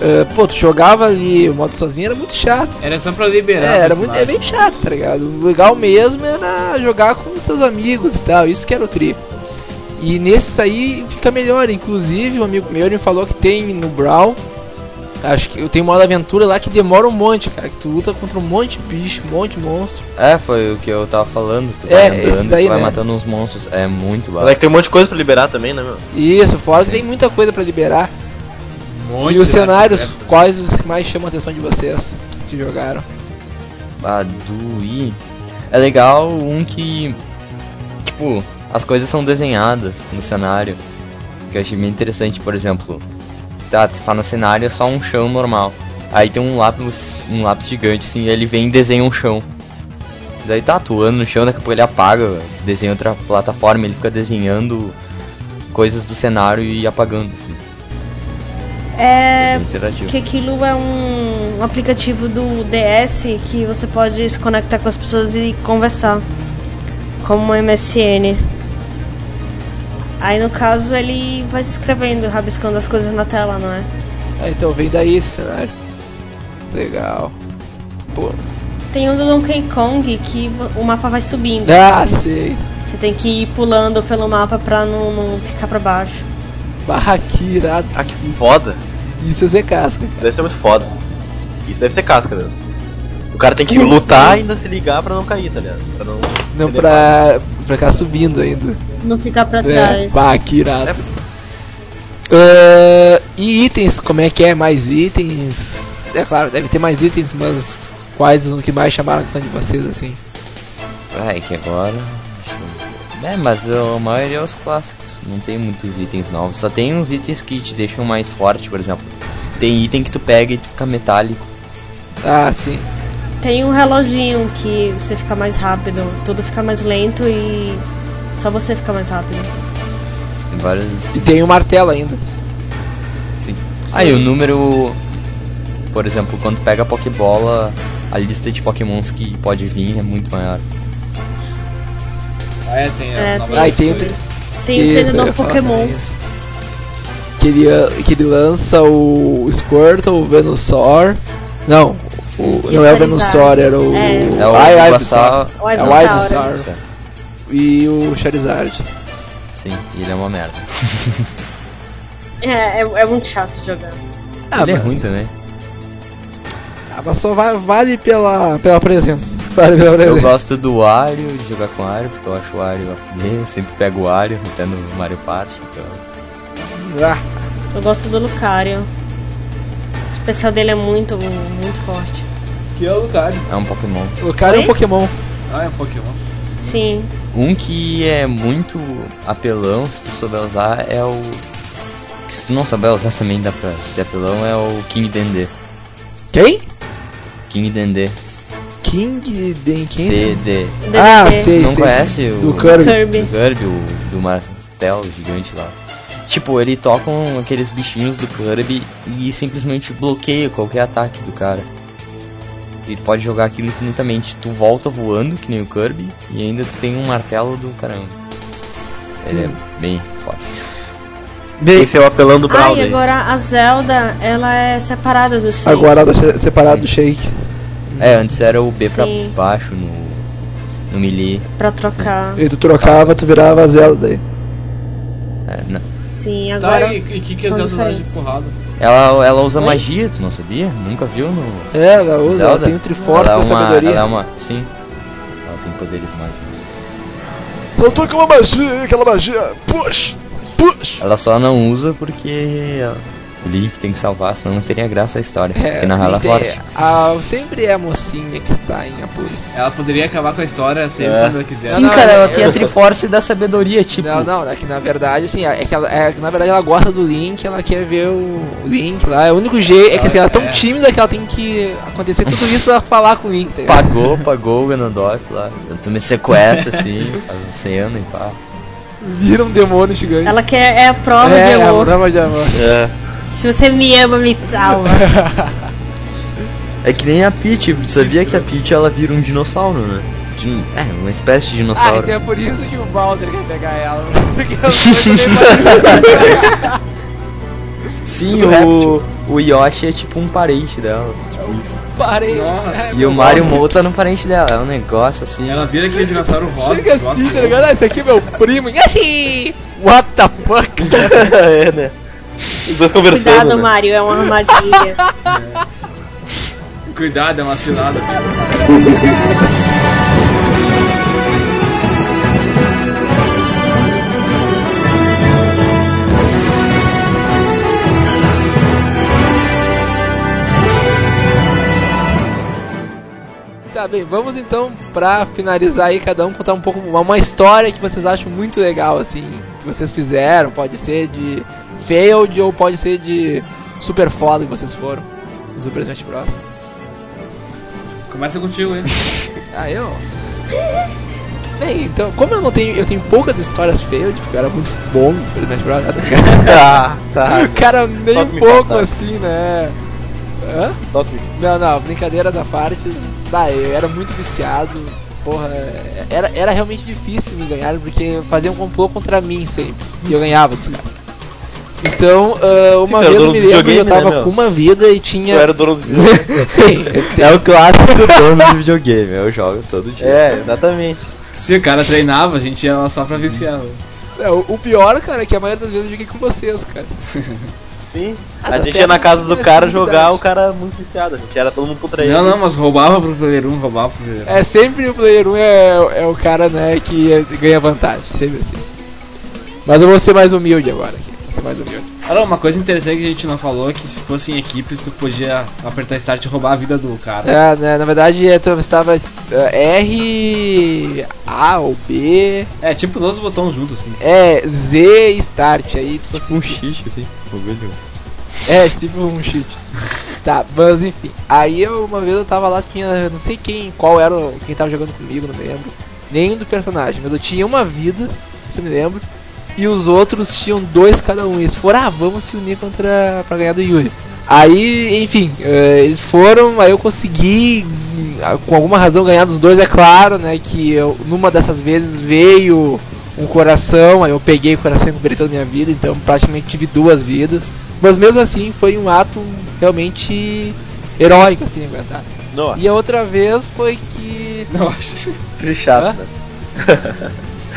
Speaker 2: eh, pô, tu jogava ali, o modo sozinho era muito chato.
Speaker 3: Era só pra liberar.
Speaker 2: É,
Speaker 3: o
Speaker 2: era muito, é
Speaker 3: personagem.
Speaker 2: bem chato, tá ligado? O legal mesmo era jogar com os seus amigos e tal, isso que era o tri. E nesse aí fica melhor, inclusive um amigo meu ele falou que tem no Brawl, acho que tem um modo aventura lá que demora um monte, cara, que tu luta contra um monte de bicho, um monte de monstro.
Speaker 5: É, foi o que eu tava falando, tu
Speaker 2: É,
Speaker 5: vai
Speaker 2: esse
Speaker 5: andando,
Speaker 2: daí,
Speaker 5: tu vai
Speaker 2: né?
Speaker 5: matando uns monstros, é muito
Speaker 1: Mas é
Speaker 5: barato.
Speaker 1: que tem um monte de coisa pra liberar também, né, meu?
Speaker 2: Isso, fora que
Speaker 5: Sim.
Speaker 2: tem muita coisa pra liberar.
Speaker 3: Um monte
Speaker 2: e os
Speaker 3: de
Speaker 2: cenários,
Speaker 3: secreto.
Speaker 2: quais os que mais chamam a atenção de vocês que jogaram?
Speaker 5: A do Wii é legal um que. Tipo, as coisas são desenhadas no cenário. Que eu achei bem interessante, por exemplo. Tá, tu tá no cenário, é só um chão normal. Aí tem um lápis, um lápis gigante, assim, e ele vem e desenha um chão. Daí tá atuando no chão, daqui a pouco ele apaga, desenha outra plataforma, ele fica desenhando coisas do cenário e apagando, assim. É. bem interativo.
Speaker 4: Que aquilo é um aplicativo do DS que você pode se conectar com as pessoas e conversar. Como um MSN. Aí no caso ele vai se escrevendo, rabiscando as coisas na tela, não é?
Speaker 2: Ah, então vem daí esse cenário. Legal. Pô.
Speaker 4: Tem um do Donkey Kong que vo- o mapa vai subindo.
Speaker 2: Ah, sei.
Speaker 4: Você tem que ir pulando pelo mapa pra não, não ficar pra baixo.
Speaker 2: Barra que irado.
Speaker 1: Ah, que foda.
Speaker 2: Isso é ser casca.
Speaker 1: Isso deve ser muito foda. Isso deve ser casca, né? O cara tem que lutar e ainda se ligar pra não cair, tá ligado? Pra não.
Speaker 2: Não,
Speaker 1: se
Speaker 2: pra, pra cá subindo ainda.
Speaker 4: Não ficar pra
Speaker 2: É,
Speaker 4: trás.
Speaker 2: pá, que irado.
Speaker 1: É.
Speaker 5: É.
Speaker 2: Ah, e itens, como é que é? Mais itens? É claro, deve ter mais itens, mas quais os que mais chamaram a atenção de vocês, assim?
Speaker 5: Ai, É, que agora. deixa eu- É, mas ó, a maioria é os clássicos. Não tem muitos itens novos. Só tem uns itens que te deixam mais forte, por exemplo. Tem item que tu pega e tu fica metálico.
Speaker 2: Ah, sim.
Speaker 4: Tem um reloginho que você fica mais rápido. Tudo fica mais lento e só você fica mais rápido.
Speaker 5: Tem vários.
Speaker 2: E tem o martelo ainda.
Speaker 5: Sim. Ah, e o número. Por exemplo, quando tu pega a Pokébola, a lista de Pokémons que pode vir é muito maior.
Speaker 3: Ah, É, tem as
Speaker 4: É,
Speaker 3: novas
Speaker 4: tem
Speaker 2: Ah, e tem o,
Speaker 3: versões.
Speaker 2: tre-
Speaker 4: Tem o
Speaker 2: Isso, eu
Speaker 4: treinador
Speaker 2: ia falar
Speaker 4: Pokémon.
Speaker 2: também isso. Que ele, que ele lança o Squirtle, o Venusaur. Não,
Speaker 5: Sim.
Speaker 2: o,
Speaker 4: E
Speaker 2: não
Speaker 4: o
Speaker 2: é o
Speaker 4: Charizard.
Speaker 2: Venusaur, era o.
Speaker 4: É.
Speaker 5: É o
Speaker 2: Ai, ai,
Speaker 5: Bulbasaur.
Speaker 4: O
Speaker 2: É o
Speaker 4: Ivysaur.
Speaker 2: Ivysaur. E o Charizard.
Speaker 5: Sim, ele é uma merda.
Speaker 4: É, é, é muito chato de jogar.
Speaker 2: Ah,
Speaker 5: ele é
Speaker 2: mas-
Speaker 5: ruim também.
Speaker 2: Ah, mas só vai- vale pela, pela presença. Vale pela
Speaker 5: Eu
Speaker 2: presença.
Speaker 5: gosto do Wario, de jogar com o Wario, porque eu acho o Wario a fuder, sempre pego o Wario, até no Mario Party, então...
Speaker 2: Ah,
Speaker 4: Eu gosto do Lucario. O especial dele é muito, muito forte.
Speaker 3: Que é o Lucario.
Speaker 5: É um Pokémon.
Speaker 2: o cara é um
Speaker 4: Oi?
Speaker 2: Pokémon.
Speaker 3: Ah, é um Pokémon.
Speaker 4: Sim.
Speaker 5: Um que é muito apelão, se tu souber usar, é o... que Se tu não souber usar também dá pra ser apelão, é o King Dendê.
Speaker 2: Quem?
Speaker 5: King Dendê.
Speaker 2: King Den quem?
Speaker 5: D-D.
Speaker 4: Deve
Speaker 2: Ah,
Speaker 4: ter.
Speaker 2: sei,
Speaker 5: Não
Speaker 2: sei.
Speaker 5: conhece o...
Speaker 2: Do Kirby.
Speaker 5: Do
Speaker 4: Kirby.
Speaker 5: Kirby, o... do martelo gigante lá. Tipo, ele toca um- aqueles bichinhos do Kirby e simplesmente bloqueia qualquer ataque do cara. Ele pode jogar aquilo infinitamente. Tu volta voando, que nem o Kirby, e ainda tu tem um martelo do caramba. Ele
Speaker 2: Hum.
Speaker 5: é bem forte.
Speaker 2: Bem,
Speaker 1: Esse é o apelão do
Speaker 4: Ah,
Speaker 1: Brawl
Speaker 4: e
Speaker 1: daí.
Speaker 4: agora a Zelda, ela é separada do Shin.
Speaker 2: agora ela tá separado do Shake.
Speaker 5: É, antes era o B pra
Speaker 4: Sim.
Speaker 5: baixo no, no melee.
Speaker 4: Pra trocar.
Speaker 2: E tu trocava, tu virava Zelda daí.
Speaker 5: É, na-
Speaker 4: Sim, agora.
Speaker 3: Tá, e e que que é
Speaker 4: são
Speaker 3: Zelda dá de
Speaker 4: diferentes.
Speaker 3: porrada?
Speaker 5: Ela, ela usa magia, tu não sabia? Nunca viu no,
Speaker 2: É, ela usa, ela
Speaker 5: Zelda?
Speaker 2: tem o Triforce
Speaker 5: ela
Speaker 2: da
Speaker 5: é uma,
Speaker 2: Sabedoria.
Speaker 5: Ela é uma. Sim. Ela tem poderes mágicos.
Speaker 2: Eu tô com uma magia aí, aquela magia. Push! Push!
Speaker 5: Ela só não usa porque ela- o Link tem que salvar, senão não teria graça a história. porque narrar ela é
Speaker 2: sempre é-
Speaker 5: forte.
Speaker 2: a- sempre é a mocinha que está em apuros.
Speaker 3: Ela poderia acabar com a história sempre
Speaker 1: É.
Speaker 3: quando ela quiser.
Speaker 5: Sim,
Speaker 2: Não,
Speaker 5: cara,
Speaker 2: não,
Speaker 5: ela
Speaker 2: eu-
Speaker 5: tem a Triforce da sabedoria, tipo.
Speaker 2: Não, não, é que na verdade, assim, é que, ela, é que na verdade ela gosta do Link, ela quer ver o Link lá. É o único jeito, é que assim, ela é tão
Speaker 3: É.
Speaker 2: tímida que ela tem que acontecer tudo isso pra falar com o Link, tá ligado?
Speaker 5: Pagou, pagou o Ganondorf lá. Tu me sequestra assim, faz um cena e pá.
Speaker 2: Vira um demônio gigante.
Speaker 4: Ela quer é a prova
Speaker 2: é,
Speaker 4: de
Speaker 2: é uma
Speaker 4: amor.
Speaker 2: prova de amor.
Speaker 5: É.
Speaker 4: Se você me ama, me salva.
Speaker 5: É que nem a Peach, sabia que a Peach ela vira um dinossauro, né? Din- É, uma espécie de
Speaker 2: Ah,
Speaker 5: dinossauro.
Speaker 2: então é por isso que o Balder quer pegar ela. Porque eu não
Speaker 5: Sim,
Speaker 2: tudo
Speaker 5: o, o Yoshi é tipo um parente dela. Tipo isso.
Speaker 2: parei. É
Speaker 3: Nossa.
Speaker 5: E o Mario Mouta não parente dela, é um negócio assim.
Speaker 3: Ela vira aquele dinossauro rosa.
Speaker 2: Chega
Speaker 3: gosta.
Speaker 2: assim, tá ligado? Ah, esse aqui é meu primo. Yoshi! What the fuck?
Speaker 1: é, né? Os dois conversando.
Speaker 4: Cuidado,
Speaker 1: Né?
Speaker 4: Mario, é uma armadilha.
Speaker 3: Cuidado, é uma cilada.
Speaker 2: Tá bem, vamos então pra finalizar aí, cada um contar um pouco uma, uma história que vocês acham muito legal, assim, que vocês fizeram, pode ser de failed ou pode ser de super foda que vocês foram. no Super Smash Bros.
Speaker 3: Começa contigo, hein?
Speaker 2: Ah, eu? Bem, então, como eu não tenho. Eu tenho poucas histórias failed, porque eu era muito bom no Super Smash Bros.
Speaker 1: Ah, tá.
Speaker 2: O cara nem
Speaker 1: Só
Speaker 2: um
Speaker 1: que me
Speaker 2: pouco
Speaker 1: faltava.
Speaker 2: assim, né? Hã?
Speaker 1: Só que-
Speaker 2: Não, não, brincadeiras à parte, tá, eu era muito viciado, porra, era, era realmente difícil me ganhar, porque faziam um complô contra mim sempre, e eu ganhava dos caras. Então, ah, uma
Speaker 1: Sim, era
Speaker 2: vez eu
Speaker 1: dono
Speaker 2: me
Speaker 1: do
Speaker 2: lembro que eu
Speaker 1: videogame,
Speaker 2: tava
Speaker 1: né, meu?
Speaker 2: com uma vida e
Speaker 1: Eu
Speaker 2: tinha...
Speaker 1: era o dono do
Speaker 2: Sim, eu te-
Speaker 5: É o clássico dono do videogame, eu jogo todo dia.
Speaker 1: É, exatamente.
Speaker 3: Se o cara treinava, a gente ia lá só pra viciar.
Speaker 2: não, o pior, cara, é que a maioria das vezes eu joguei com vocês, cara.
Speaker 1: Sim.
Speaker 2: Ah,
Speaker 1: a
Speaker 2: tá
Speaker 1: gente
Speaker 2: certo.
Speaker 1: ia na casa do cara
Speaker 2: É
Speaker 1: jogar,
Speaker 2: verdade.
Speaker 1: o cara muito viciado. A gente era todo mundo contra ele.
Speaker 3: Não, não, mas roubava pro player 1, roubava pro player 1.
Speaker 2: É, sempre o player 1 é, é o cara, né, que é- ganha vantagem, sempre assim. Mas eu vou ser mais humilde agora, aqui, vou ser mais humilde.
Speaker 3: Cara, uma coisa interessante que a gente não falou é que se fossem equipes, tu podia apertar start e roubar a vida do cara.
Speaker 2: É, né, na verdade, é, tu estava é, R, A ou B,
Speaker 3: É, tipo, nós botões juntos, assim.
Speaker 2: é, Z e Start, aí tu
Speaker 5: Tipo um xixi assim, bagulho.
Speaker 2: É, tipo um cheat. Tá, mas enfim. Aí eu, uma vez eu tava lá, tinha não sei quem, qual era o- quem tava jogando comigo, não me lembro. Nenhum do personagem, mas eu tinha uma vida, se eu me lembro. E os outros tinham dois cada um. Eles foram, ah, vamos se unir contra pra ganhar do Yuri. Aí, enfim, eh, eles foram, aí eu consegui, hum, ah, com alguma razão, ganhar dos dois, é claro, né? Que eu, numa dessas vezes veio um coração, aí eu peguei o coração e comprei toda a minha vida, então praticamente tive duas vidas. Mas mesmo assim foi um ato realmente heróico, assim, aguentar.
Speaker 1: Não,
Speaker 2: E a outra vez foi que.
Speaker 3: Não acho.
Speaker 1: aquele chato, né?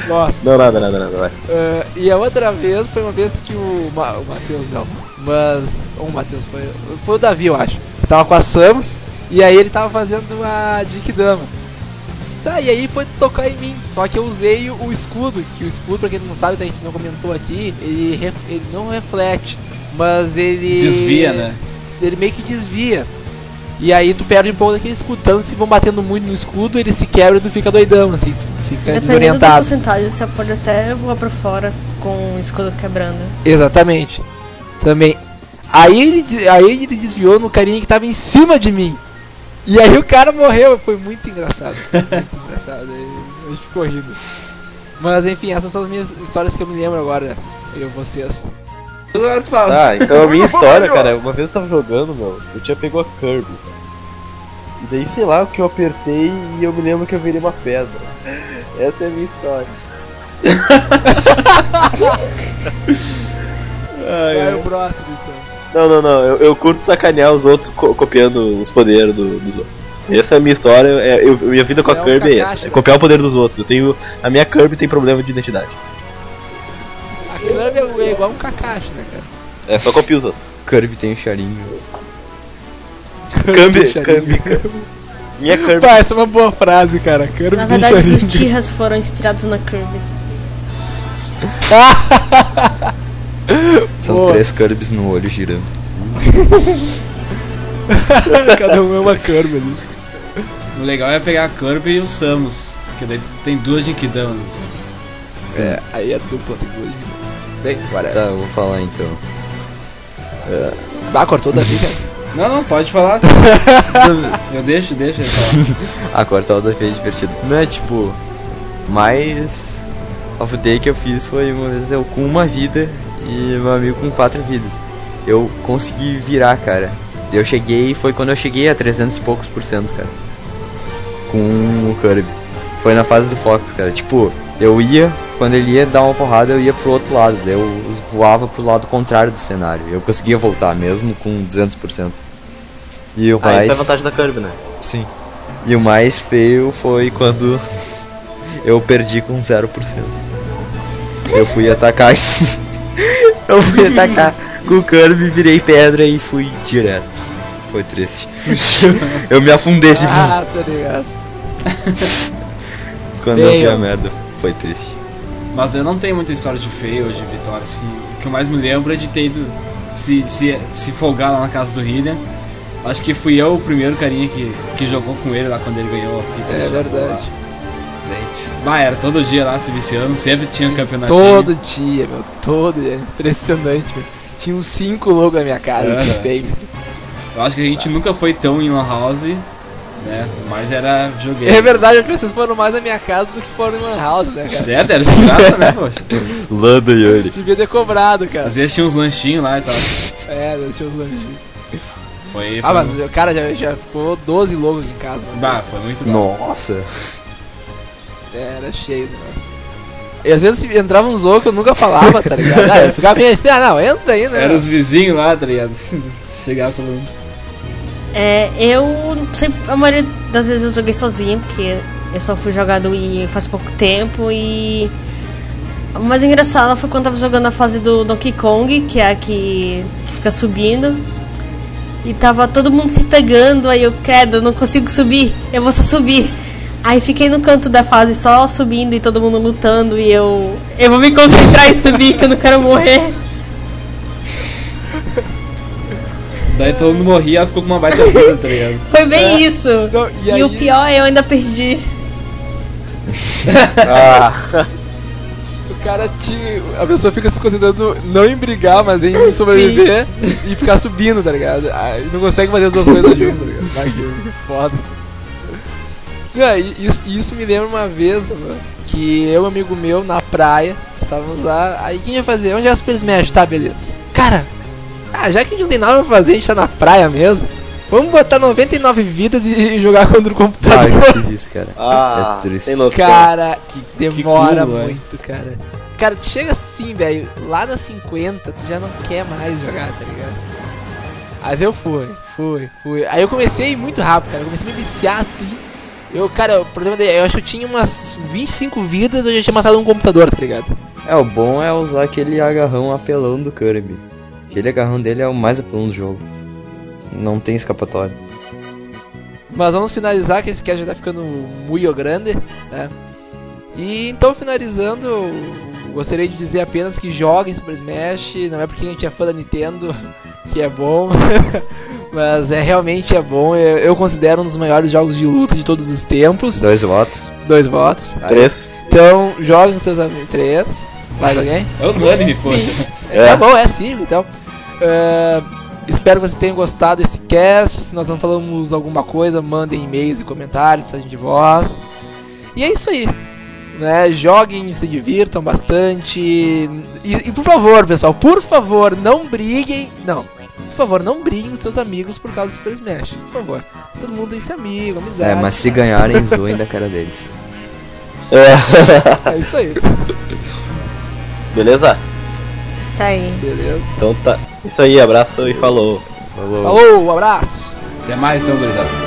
Speaker 2: Nossa.
Speaker 1: Não, nada, nada, nada, vai.
Speaker 2: ah, e a outra vez foi uma vez que o. Ma o Matheus não. Mas. ou O Matheus foi. Foi o Davi, eu acho. Tava com a Samus. E aí ele tava fazendo a Dick Dama. Tá, e aí foi tocar em mim. Só que eu usei o escudo, que o escudo, pra quem não sabe, a gente não comentou aqui, ele, ref- ele não reflete. Mas ele.
Speaker 3: Desvia, né?
Speaker 2: ele meio que desvia. E aí tu perde um pouco daquele escudo. Tanto se vão batendo muito no escudo, ele se quebra e tu fica doidão, assim, tu fica
Speaker 4: Dependendo da
Speaker 2: desorientado.
Speaker 4: porcentagem, você pode até voar pra fora com o escudo quebrando.
Speaker 2: Exatamente. Também. Aí ele, de- aí ele desviou no carinha que tava em cima de mim. E aí o cara morreu, foi muito engraçado. Muito engraçado. aí A gente ficou rindo. Mas enfim, essas são as minhas histórias que eu me lembro agora. Eu, vocês.
Speaker 3: Eduardo fala.
Speaker 1: Tá, então a minha história, cara, uma vez eu tava jogando, meu, eu tinha pego a Kirby. E daí, sei lá, o que eu apertei e eu me lembro que eu virei uma pedra. Essa é a minha história.
Speaker 2: Vai o próximo então.
Speaker 1: Não, não, não, eu, eu curto sacanear os outros co- copiando os poderes do- dos outros. Essa é a minha história, é, eu, minha vida com a
Speaker 2: É o
Speaker 1: Kirby é
Speaker 2: Kakashi,
Speaker 1: essa, é
Speaker 2: né?
Speaker 1: copiar o poder dos outros. Eu tenho. A minha Kirby tem problema de identidade.
Speaker 2: A Kirby é igual um Kakashi, né, cara?
Speaker 1: É só copiar os outros.
Speaker 5: um Kirby tem o charinho.
Speaker 1: Kirby,
Speaker 2: Kakashi.
Speaker 1: Kirby, Kirby. Minha Kirby.
Speaker 2: Pá, essa é uma boa frase, cara. Kirby
Speaker 4: Na verdade, os
Speaker 2: Ninja Ninja.
Speaker 4: Tirras foram inspirados na Kirby.
Speaker 5: São
Speaker 2: Boa.
Speaker 5: três Kirby's no olho girando.
Speaker 2: Cada um é uma Kirby ali.
Speaker 3: O legal é pegar a Kirby e o Samus. Que daí tu tem duas Jinkidamas. Assim.
Speaker 2: É, aí é dupla tem duas de- Bem, parece.
Speaker 5: Tá, eu vou falar então.
Speaker 2: Ah, cortou da vida.
Speaker 3: Não, não, pode falar. Eu deixo, deixo ele falar.
Speaker 5: A Cortal da Fé é divertido. Não é tipo. Mas. A futeia que eu fiz foi uma vez eu com uma vida e meu amigo com quatro vidas. Eu consegui virar, cara. Eu cheguei, foi quando eu cheguei a 300 e poucos por cento, cara. Com o Kirby. Foi na fase do Fox, cara. Tipo, eu ia, quando ele ia dar uma porrada, eu ia pro outro lado. Daí eu voava pro lado contrário do cenário. Eu conseguia voltar mesmo com 200%. E o
Speaker 1: Ah,
Speaker 5: mais.
Speaker 1: isso é a vantagem da Kirby, né?
Speaker 5: Sim. E o mais feio foi quando eu perdi com 0%. Eu fui atacar. eu fui atacar com o Kirby, virei pedra e fui direto. Foi triste. eu me afundei assim,
Speaker 2: Ah, tá ligado.
Speaker 5: quando eu vi
Speaker 2: feio.
Speaker 5: a merda. Foi triste.
Speaker 3: Mas eu não tenho muita história de fail, de vitória, assim. O que eu mais me lembro é de ter ido se, se, se folgar lá na casa do Hillian. Acho que fui eu o primeiro carinha que, que jogou com ele lá quando ele ganhou a fita.
Speaker 2: É
Speaker 3: Ele jogou
Speaker 2: verdade.
Speaker 3: lá. Daí a gente- Bah, era todo dia lá se viciando, sempre tinha um campeonatinho.
Speaker 2: Todo dia, meu. Todo dia. Impressionante, meu. Tinha uns cinco logo na minha cara.
Speaker 3: É,
Speaker 2: Que
Speaker 3: né?
Speaker 2: feio.
Speaker 3: Eu acho que a gente nunca foi tão em Lan House, né? Mas era joguei.
Speaker 2: É verdade, eu acho que vocês foram mais na minha casa do que foram em Lan House, né, cara?
Speaker 3: Certo, era de graça, né, poxa?
Speaker 5: Lando Yuri.
Speaker 2: Devia ter cobrado, cara.
Speaker 3: Às vezes tinha uns lanchinhos lá e tal.
Speaker 2: É, deixa os lanches.
Speaker 3: Foi.
Speaker 2: Ah,
Speaker 3: foi-
Speaker 2: mas o cara já, já ficou 12 logos aqui em casa. né?
Speaker 3: Bah, foi muito bom.
Speaker 5: Nossa.
Speaker 2: É, era cheio, mano. E às vezes entrava uns loucos que eu nunca falava, tá ligado? Ah, eu ficava meio assim, ah, não, entra aí, né?
Speaker 3: Era os vizinhos lá, tá ligado? Chegava todo mundo.
Speaker 4: É, eu sempre, a maioria das vezes eu joguei sozinha, porque eu só fui jogar do Wii faz pouco tempo e. A mais engraçada foi quando eu tava jogando a fase do Donkey Kong, que é a que, que fica subindo. E tava todo mundo se pegando, aí eu quedo, não consigo subir, eu vou só subir. Aí fiquei no canto da fase só subindo e todo mundo lutando e eu. Eu vou me concentrar e subir, que eu não quero morrer.
Speaker 3: Daí todo mundo morria, ela ficou com uma baita vida, tá ligado?
Speaker 4: Foi bem isso.
Speaker 2: É. Não, e
Speaker 4: e
Speaker 2: aí-
Speaker 4: o pior é eu ainda perdi.
Speaker 2: O cara te. A pessoa fica se concentrando não em brigar, mas em sobreviver e ficar subindo, tá ligado? Ah, não consegue fazer as duas coisas junto, tá ligado? Vai que foda. Não, e isso, e isso me lembra uma vez, mano, que eu e um amigo meu na praia, estávamos lá, aí quem ia fazer? Onde é o Super Smash? Tá, beleza. Cara, ah, já que a gente não tem nada pra fazer, a gente tá na praia mesmo. Vamos botar 99 vidas e, e jogar contra o
Speaker 5: Ah,
Speaker 2: computador.
Speaker 5: eu fiz isso, cara.
Speaker 1: Ah,
Speaker 5: É triste.
Speaker 1: tem noção.
Speaker 2: Cara, demora
Speaker 3: culo, velho.
Speaker 2: muito, cara. Cara, tu chega assim, velho, lá na 50, tu já não quer mais jogar, tá ligado? Aí eu fui, fui, fui. Aí eu comecei muito rápido, cara. Eu comecei a me viciar assim. Eu, cara, o problema dele, eu acho que eu tinha umas 25 vidas, eu já tinha matado um computador, tá ligado?
Speaker 5: É, o bom é usar aquele agarrão apelão do Kirby. Aquele agarrão dele é o mais apelão do jogo. Não tem escapatória.
Speaker 2: Mas vamos finalizar, que esse cast já tá ficando muito grande, né? E então, finalizando, eu gostaria de dizer apenas que joguem Super Smash, não é porque a gente é fã da Nintendo que é bom, mas é realmente é bom, eu, eu considero um dos maiores jogos de luta de todos os tempos,
Speaker 5: Dois votos.
Speaker 2: dois votos. Aí,
Speaker 1: Três.
Speaker 2: Então, joguem com seus amigos, três, mais alguém?
Speaker 3: É unânime, poxa.
Speaker 2: É. Tá bom, é simples, então. É, espero que vocês tenham gostado desse cast. Se nós não falamos alguma coisa, mandem e-mails e comentários, mensagem de voz. E é isso aí. Né? Joguem, se divirtam bastante. E, e por favor, pessoal, por favor, não briguem. Não. Por favor, não briguem com seus amigos por causa do Super Smash. Por favor. Todo mundo tem esse amigo, amizade.
Speaker 5: É, mas se ganharem, zoem da cara deles.
Speaker 2: É isso aí.
Speaker 1: Beleza?
Speaker 4: Isso aí.
Speaker 2: Beleza.
Speaker 1: Então tá. Isso aí, abraço e falou.
Speaker 5: Falou.
Speaker 2: Falou, um abraço.
Speaker 3: Até mais, então, gurizada.